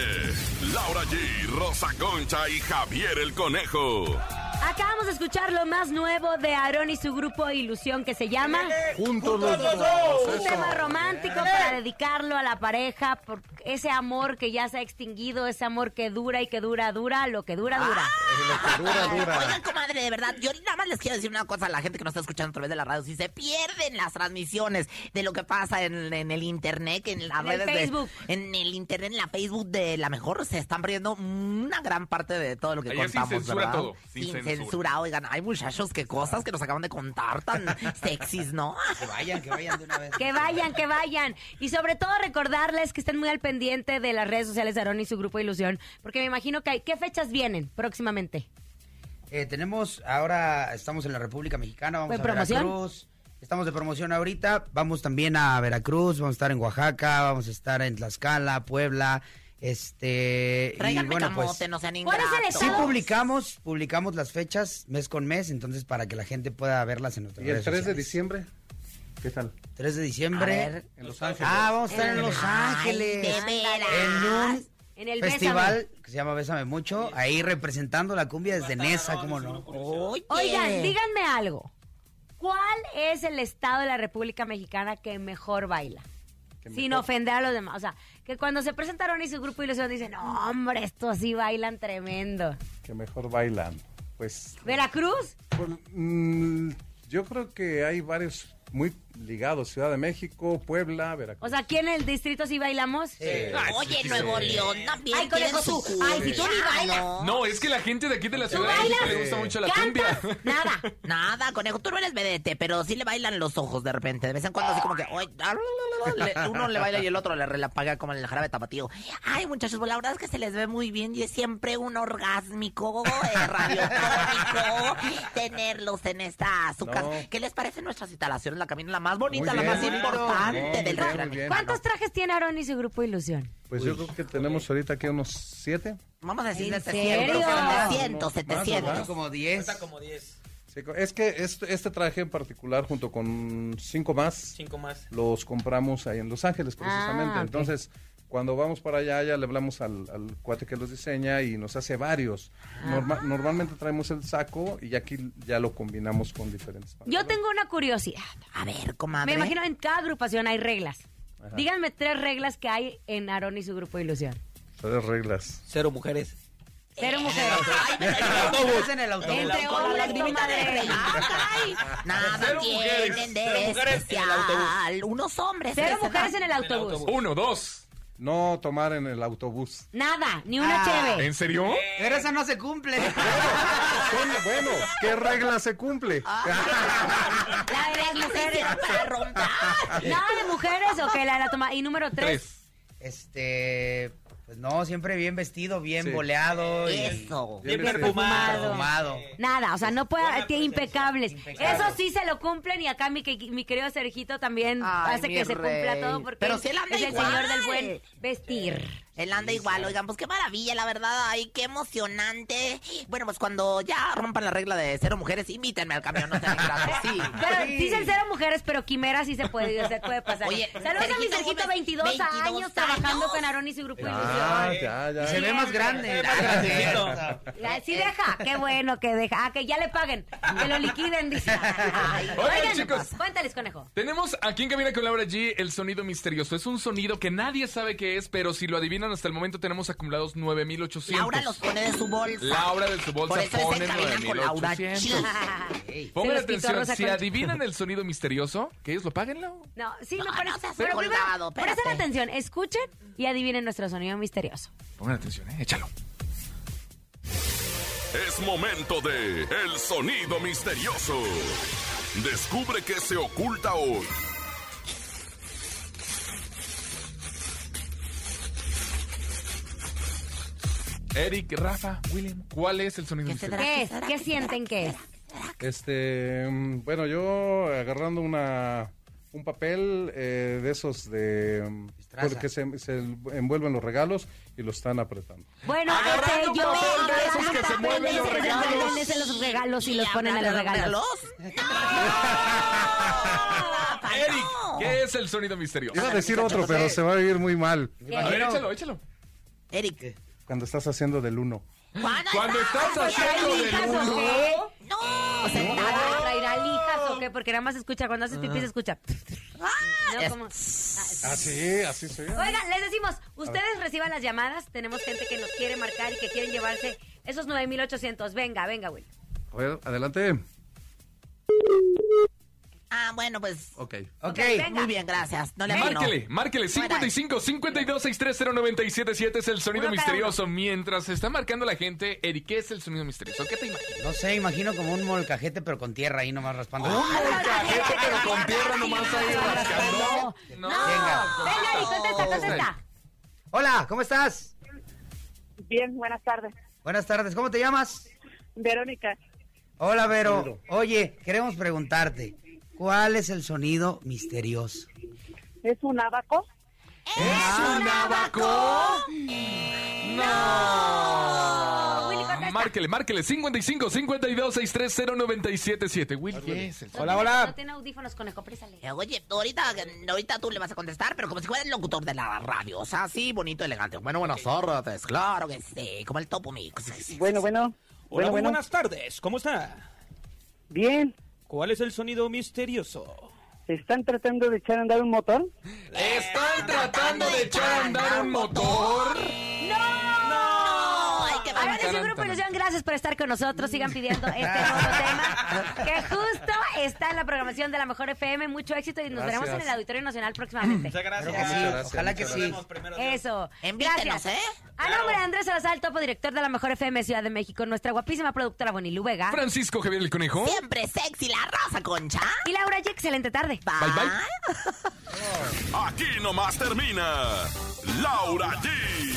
Speaker 7: Laura G, Rosa Concha y Javier el Conejo.
Speaker 4: Acabamos de escuchar lo más nuevo de Aarón y su grupo Ilusión que se llama
Speaker 12: Juntos los
Speaker 3: los dos. dos.
Speaker 4: Un tema
Speaker 3: Eso.
Speaker 4: romántico para dedicarlo a la pareja por ese amor que ya se ha extinguido, ese amor que dura y que dura, dura, lo que dura, dura.
Speaker 5: Ah. Oigan, comadre, de verdad, yo nada más les quiero decir una cosa a la gente que nos está escuchando a través de la radio. Si se pierden las transmisiones de lo que pasa en, en el internet, que en las
Speaker 4: En el
Speaker 5: redes de-
Speaker 4: Facebook.
Speaker 5: en el internet, en la Facebook de la mejor, se están perdiendo una gran parte de todo lo que
Speaker 6: Allá sin
Speaker 5: contamos,
Speaker 6: censura
Speaker 5: ¿verdad?
Speaker 6: todo, sin
Speaker 5: Sin
Speaker 6: censura.
Speaker 5: censura, oigan, hay muchachos, qué cosas que nos acaban de contar tan sexys, ¿no?
Speaker 16: Que vayan, que vayan de una vez.
Speaker 4: Que vayan, que vayan. Y sobre todo recordarles que estén muy al pendiente de las redes sociales de Aarón y su grupo Ilusión, porque me imagino que hay... ¿Qué fechas vienen próximamente?
Speaker 16: Eh, tenemos, ahora estamos en la República Mexicana, vamos
Speaker 4: ¿De
Speaker 16: a
Speaker 4: promoción?
Speaker 16: Veracruz. Estamos de promoción ahorita, vamos también a Veracruz, vamos a estar en Oaxaca, vamos a estar en Tlaxcala, Puebla, este...
Speaker 5: Tráiganme
Speaker 16: y bueno,
Speaker 5: camote,
Speaker 16: pues...
Speaker 5: no sean
Speaker 4: ¿Cuál es el
Speaker 5: ingratos.
Speaker 16: Sí publicamos, publicamos las fechas mes con mes, entonces para que la gente pueda verlas en nuestras
Speaker 12: Y el
Speaker 16: redes
Speaker 12: 3 de
Speaker 16: sociales.
Speaker 12: diciembre, ¿qué tal?
Speaker 16: 3 de
Speaker 12: A
Speaker 16: diciembre.
Speaker 12: ver. En Los Ángeles.
Speaker 16: Ah, vamos a estar en
Speaker 12: Ay,
Speaker 16: Los Ángeles.
Speaker 5: de veras.
Speaker 16: En un
Speaker 4: En el
Speaker 16: festival
Speaker 4: Bésame.
Speaker 16: que se llama Bésame Mucho, ahí representando la cumbia desde Nesa, ¿cómo no?
Speaker 4: Oigan, díganme algo. ¿Cuál es el estado de la República Mexicana que mejor baila? Sin ofender a los demás. O sea, que cuando se presentaron y su grupo Ilusión dicen, "No, hombre, estos sí bailan tremendo.
Speaker 12: Que mejor bailan. Pues
Speaker 4: ¿Veracruz?
Speaker 12: Mm, yo creo que hay varios muy ligado Ciudad de México, Puebla, Veracruz.
Speaker 4: O sea, aquí en el distrito sí bailamos.
Speaker 12: Ay,
Speaker 5: Oye,
Speaker 12: sí,
Speaker 5: Nuevo
Speaker 12: sí.
Speaker 5: León también.
Speaker 4: Ay, conejo,
Speaker 5: tiene
Speaker 4: tú.
Speaker 5: su
Speaker 4: Ay, si tú ni
Speaker 5: cumbia,
Speaker 4: bailas.
Speaker 5: ¿no?
Speaker 6: No, es que la gente de aquí de la
Speaker 5: ¿Tú
Speaker 6: Ciudad de México
Speaker 5: bailas?
Speaker 6: le gusta mucho la
Speaker 5: ¿Cantas?
Speaker 6: cumbia.
Speaker 4: Nada.
Speaker 5: Nada, conejo. Tú no eres vedete, pero sí le bailan los ojos de repente. De vez en cuando, así como que. "Ay, ah, la, la, la", le- uno le baila y el otro le relampaga como en el jarabe tapatío. Ay, muchachos, pues la verdad es que se les ve muy bien y es siempre un orgásmico, eh, radiofónico, tenerlos en esta azúcar.
Speaker 12: No.
Speaker 5: ¿Qué les parece nuestras instalaciones? La camino la más bonita, la
Speaker 12: bien,
Speaker 5: más
Speaker 12: claro.
Speaker 5: importante
Speaker 12: Muy bien,
Speaker 5: del
Speaker 12: muy
Speaker 5: gran-
Speaker 12: bien.
Speaker 4: ¿Cuántos trajes tiene Aaron y su grupo Ilusión?
Speaker 12: Pues yo creo que tenemos ahorita aquí unos siete.
Speaker 5: Vamos a decir
Speaker 4: ¿En
Speaker 5: 700,
Speaker 4: serio?
Speaker 5: 700,
Speaker 12: Más, ¿verdad?
Speaker 5: 700.
Speaker 16: Como 10.
Speaker 17: como 10.
Speaker 12: Sí, co- Es que este, este traje en particular, junto con cinco más,
Speaker 17: Cinco más.
Speaker 12: los compramos ahí en Los Ángeles, precisamente.
Speaker 17: Ah, ok.
Speaker 12: Entonces, cuando vamos para allá, ya le hablamos al, al cuate que los diseña y nos hace varios.
Speaker 4: Ah.
Speaker 12: Norma- normalmente traemos el saco y aquí ya lo combinamos con diferentes.
Speaker 4: Yo tengo una curiosidad.
Speaker 5: A ver, comadre.
Speaker 4: Me imagino en cada agrupación hay reglas. Díganme tres reglas que hay en Aaron y su grupo Ilusión.
Speaker 12: Tres reglas.
Speaker 17: Cero mujeres.
Speaker 4: Cero mujeres.
Speaker 16: Estás en el autobús.
Speaker 4: Entre
Speaker 5: Con la
Speaker 4: hombres,
Speaker 5: lagrimita de
Speaker 4: comadre.
Speaker 5: rey. Ah, caray. Nada
Speaker 17: Cero mujeres.
Speaker 5: tienen
Speaker 17: Cero
Speaker 5: de
Speaker 17: mujeres en el
Speaker 5: especial. Unos hombres.
Speaker 4: Cero
Speaker 5: ¿ves?
Speaker 4: mujeres en el autobús.
Speaker 6: Uno, dos.
Speaker 12: No tomar en el autobús.
Speaker 4: Nada, ni una
Speaker 16: Ah.
Speaker 4: cheve.
Speaker 6: ¿En serio?
Speaker 16: Pero esa no se cumple.
Speaker 12: Bueno, bueno, ¿qué regla se cumple?
Speaker 16: Ah.
Speaker 4: La de las mujeres. Nada de mujeres, ok, la de la toma. Y número tres.
Speaker 16: Este. Pues no, siempre bien vestido, bien
Speaker 12: Sí.
Speaker 16: boleado. y-
Speaker 5: Eso.
Speaker 16: Bien
Speaker 12: Bien
Speaker 16: perfumado.
Speaker 4: Nada, o sea, no puede, tie- impecables.
Speaker 16: Impecable.
Speaker 4: Eso sí se lo cumplen y acá mi, que- mi querido Sergito también
Speaker 5: Ay,
Speaker 4: hace
Speaker 5: mi
Speaker 4: que se cumpla
Speaker 5: rey.
Speaker 4: todo porque
Speaker 5: Pero
Speaker 4: él
Speaker 5: si él anda
Speaker 4: es el
Speaker 5: igual.
Speaker 4: señor del buen vestir.
Speaker 5: Él anda igual, oigan, pues qué maravilla, la verdad, ay, qué emocionante. Bueno, pues cuando ya rompan la regla de cero mujeres, invítenme al camión, no sean ingratos, sí.
Speaker 4: Pero dicen cero mujeres, pero quimera sí se puede, se puede pasar.
Speaker 5: Oye,
Speaker 4: Saludos a mi
Speaker 5: Sergito
Speaker 4: Sergito,
Speaker 5: Gómez,
Speaker 4: 22,
Speaker 5: 22
Speaker 4: años trabajando
Speaker 5: años.
Speaker 4: con Aarón y su grupo
Speaker 12: Ah,
Speaker 4: Ilusión.
Speaker 12: ya, ya.
Speaker 16: Y se ve más grande.
Speaker 4: La- Sí deja, qué bueno que deja. Ah, que ya le paguen, que lo liquiden, dice. Ay,
Speaker 6: Oigan, chicos.
Speaker 4: cuéntales, conejo.
Speaker 6: Tenemos aquí en Cabina con Laura G el sonido misterioso. Es un sonido que nadie sabe qué es, pero si lo adivinan hasta el momento tenemos acumulados 9800.
Speaker 5: Laura los pone de su bolsa.
Speaker 6: Laura de su bolsa
Speaker 5: Por eso es
Speaker 6: pone
Speaker 5: en cabina con Laura. Chi.
Speaker 4: Se
Speaker 6: 9800. Pongan
Speaker 4: los quitó
Speaker 6: atención,
Speaker 4: Rosa
Speaker 6: si
Speaker 4: Concha.
Speaker 6: adivinan el sonido misterioso, que ellos lo paguen, Lau.
Speaker 4: No, sí, no,
Speaker 5: No,
Speaker 4: pero,
Speaker 5: no seas
Speaker 4: pero
Speaker 5: colgado, espérate.
Speaker 4: primero, presten atención, escuchen y adivinen nuestro sonido misterioso.
Speaker 6: Pongan atención, eh, échalo.
Speaker 7: Es momento de El Sonido Misterioso. Descubre qué se oculta hoy.
Speaker 6: Eric, Rafa, William, ¿cuál es el sonido misterioso?
Speaker 4: ¿Qué es? ¿Qué sienten que es?
Speaker 12: Este, mm, bueno, yo agarrando una un papel eh, de esos de mm,
Speaker 16: Estraza.
Speaker 12: porque se, se envuelven los regalos y lo están apretando.
Speaker 4: Bueno,
Speaker 6: Agarrando
Speaker 4: este,
Speaker 6: un
Speaker 4: yo
Speaker 6: papel de esos
Speaker 4: agarran
Speaker 6: que se mueven
Speaker 4: papeles,
Speaker 6: los
Speaker 4: agarran
Speaker 6: regalos.
Speaker 4: papeles de los regalos y los ponen a
Speaker 5: hablan
Speaker 4: los
Speaker 5: de los
Speaker 4: regalos.
Speaker 6: Eric, ¿qué es el sonido misterioso?
Speaker 12: Iba a decir otro,
Speaker 16: muchachos,
Speaker 12: pero
Speaker 16: eh.
Speaker 12: se va a vivir muy mal
Speaker 4: ¿Qué?
Speaker 6: A ver, échalo, échalo.
Speaker 5: Eric.
Speaker 12: cuando estás haciendo del uno.
Speaker 6: Cuando estás haciendo
Speaker 4: ¿Traerá lijas
Speaker 6: del
Speaker 4: o
Speaker 6: uno,
Speaker 4: qué?
Speaker 5: No,
Speaker 4: ¿Traerá- ¿Traerá lijas o qué? Porque nada más se escucha, cuando haces pipí se escucha. No, como- ah,
Speaker 12: Así, Ah, así se oye.
Speaker 4: Oigan, les decimos, ustedes reciban las llamadas, tenemos gente que nos quiere marcar y que quieren llevarse esos 9800. Venga, venga, Will.
Speaker 12: A ver, adelante.
Speaker 5: Ah, bueno, pues.
Speaker 12: Ok.
Speaker 16: Ok.
Speaker 4: venga.
Speaker 5: Muy bien, gracias. No le abonó.
Speaker 6: Márquele, márquele. 55 52 630 es el sonido
Speaker 4: Uno cada
Speaker 6: misterioso. Mientras se está marcando la gente, Eric, ¿qué es el sonido misterioso? ¿Qué te imaginas?
Speaker 16: No sé, imagino como un molcajete, pero con tierra ahí nomás raspando.
Speaker 6: Gente, pero con tierra nomás ahí rascando. No.
Speaker 16: Venga.
Speaker 4: Venga, Eric, contesta, contesta.
Speaker 16: Hola, ¿cómo estás?
Speaker 9: Bien, buenas tardes.
Speaker 16: Buenas tardes, ¿cómo te llamas?
Speaker 9: Verónica,
Speaker 16: Hola, Vero. Oye, queremos preguntarte, ¿cuál es el sonido misterioso?
Speaker 9: ¿es un abaco?
Speaker 6: ¿Es un abaco? No.
Speaker 4: Willy, contesta.
Speaker 6: Márquele, márquele. 55 52 630 Will, ¿qué es el
Speaker 4: No
Speaker 6: sonido?
Speaker 4: tiene- No tiene audífonos, conejo, présale.
Speaker 5: Eh, Oye, ahorita, ahorita tú le vas a contestar, pero como si fuera el locutor de la radio. O sea, así, bonito, elegante. Bueno, buenas tardes, claro que sí. Como el topo, mi.
Speaker 8: Bueno, bueno.
Speaker 17: Hola,
Speaker 8: Bueno,
Speaker 17: muy
Speaker 8: bueno.
Speaker 17: buenas tardes. ¿Cómo está?
Speaker 8: Bien.
Speaker 17: ¿Cuál es el sonido misterioso?
Speaker 8: ¿Están tratando de echar a andar un motor?
Speaker 6: ¿Están tratando de echar a andar un motor?
Speaker 5: ¡No! ¡Ay, qué
Speaker 4: A ver,
Speaker 5: barbaridad!
Speaker 4: ese grupo Ilusión, gracias por estar con nosotros. Sigan pidiendo este nuevo tema. Que justo está en la programación de la Mejor FM. Mucho éxito y nos
Speaker 16: Gracias.
Speaker 4: veremos en el Auditorio Nacional próximamente.
Speaker 16: Muchas gracias. Creo que sí, Gracias, ojalá muchas que sí. gracias.
Speaker 4: Eso.
Speaker 5: Invítenos,
Speaker 4: gracias.
Speaker 5: ¿eh?
Speaker 4: A nombre de Andrés Salazar, topo director de la Mejor FM Ciudad de México, nuestra guapísima productora Bonilu Vega.
Speaker 6: Francisco Javier el Conejo.
Speaker 5: Siempre sexy, la rosa concha.
Speaker 4: Y Laura G, excelente tarde.
Speaker 6: Bye bye.
Speaker 7: Aquí nomás termina Laura G,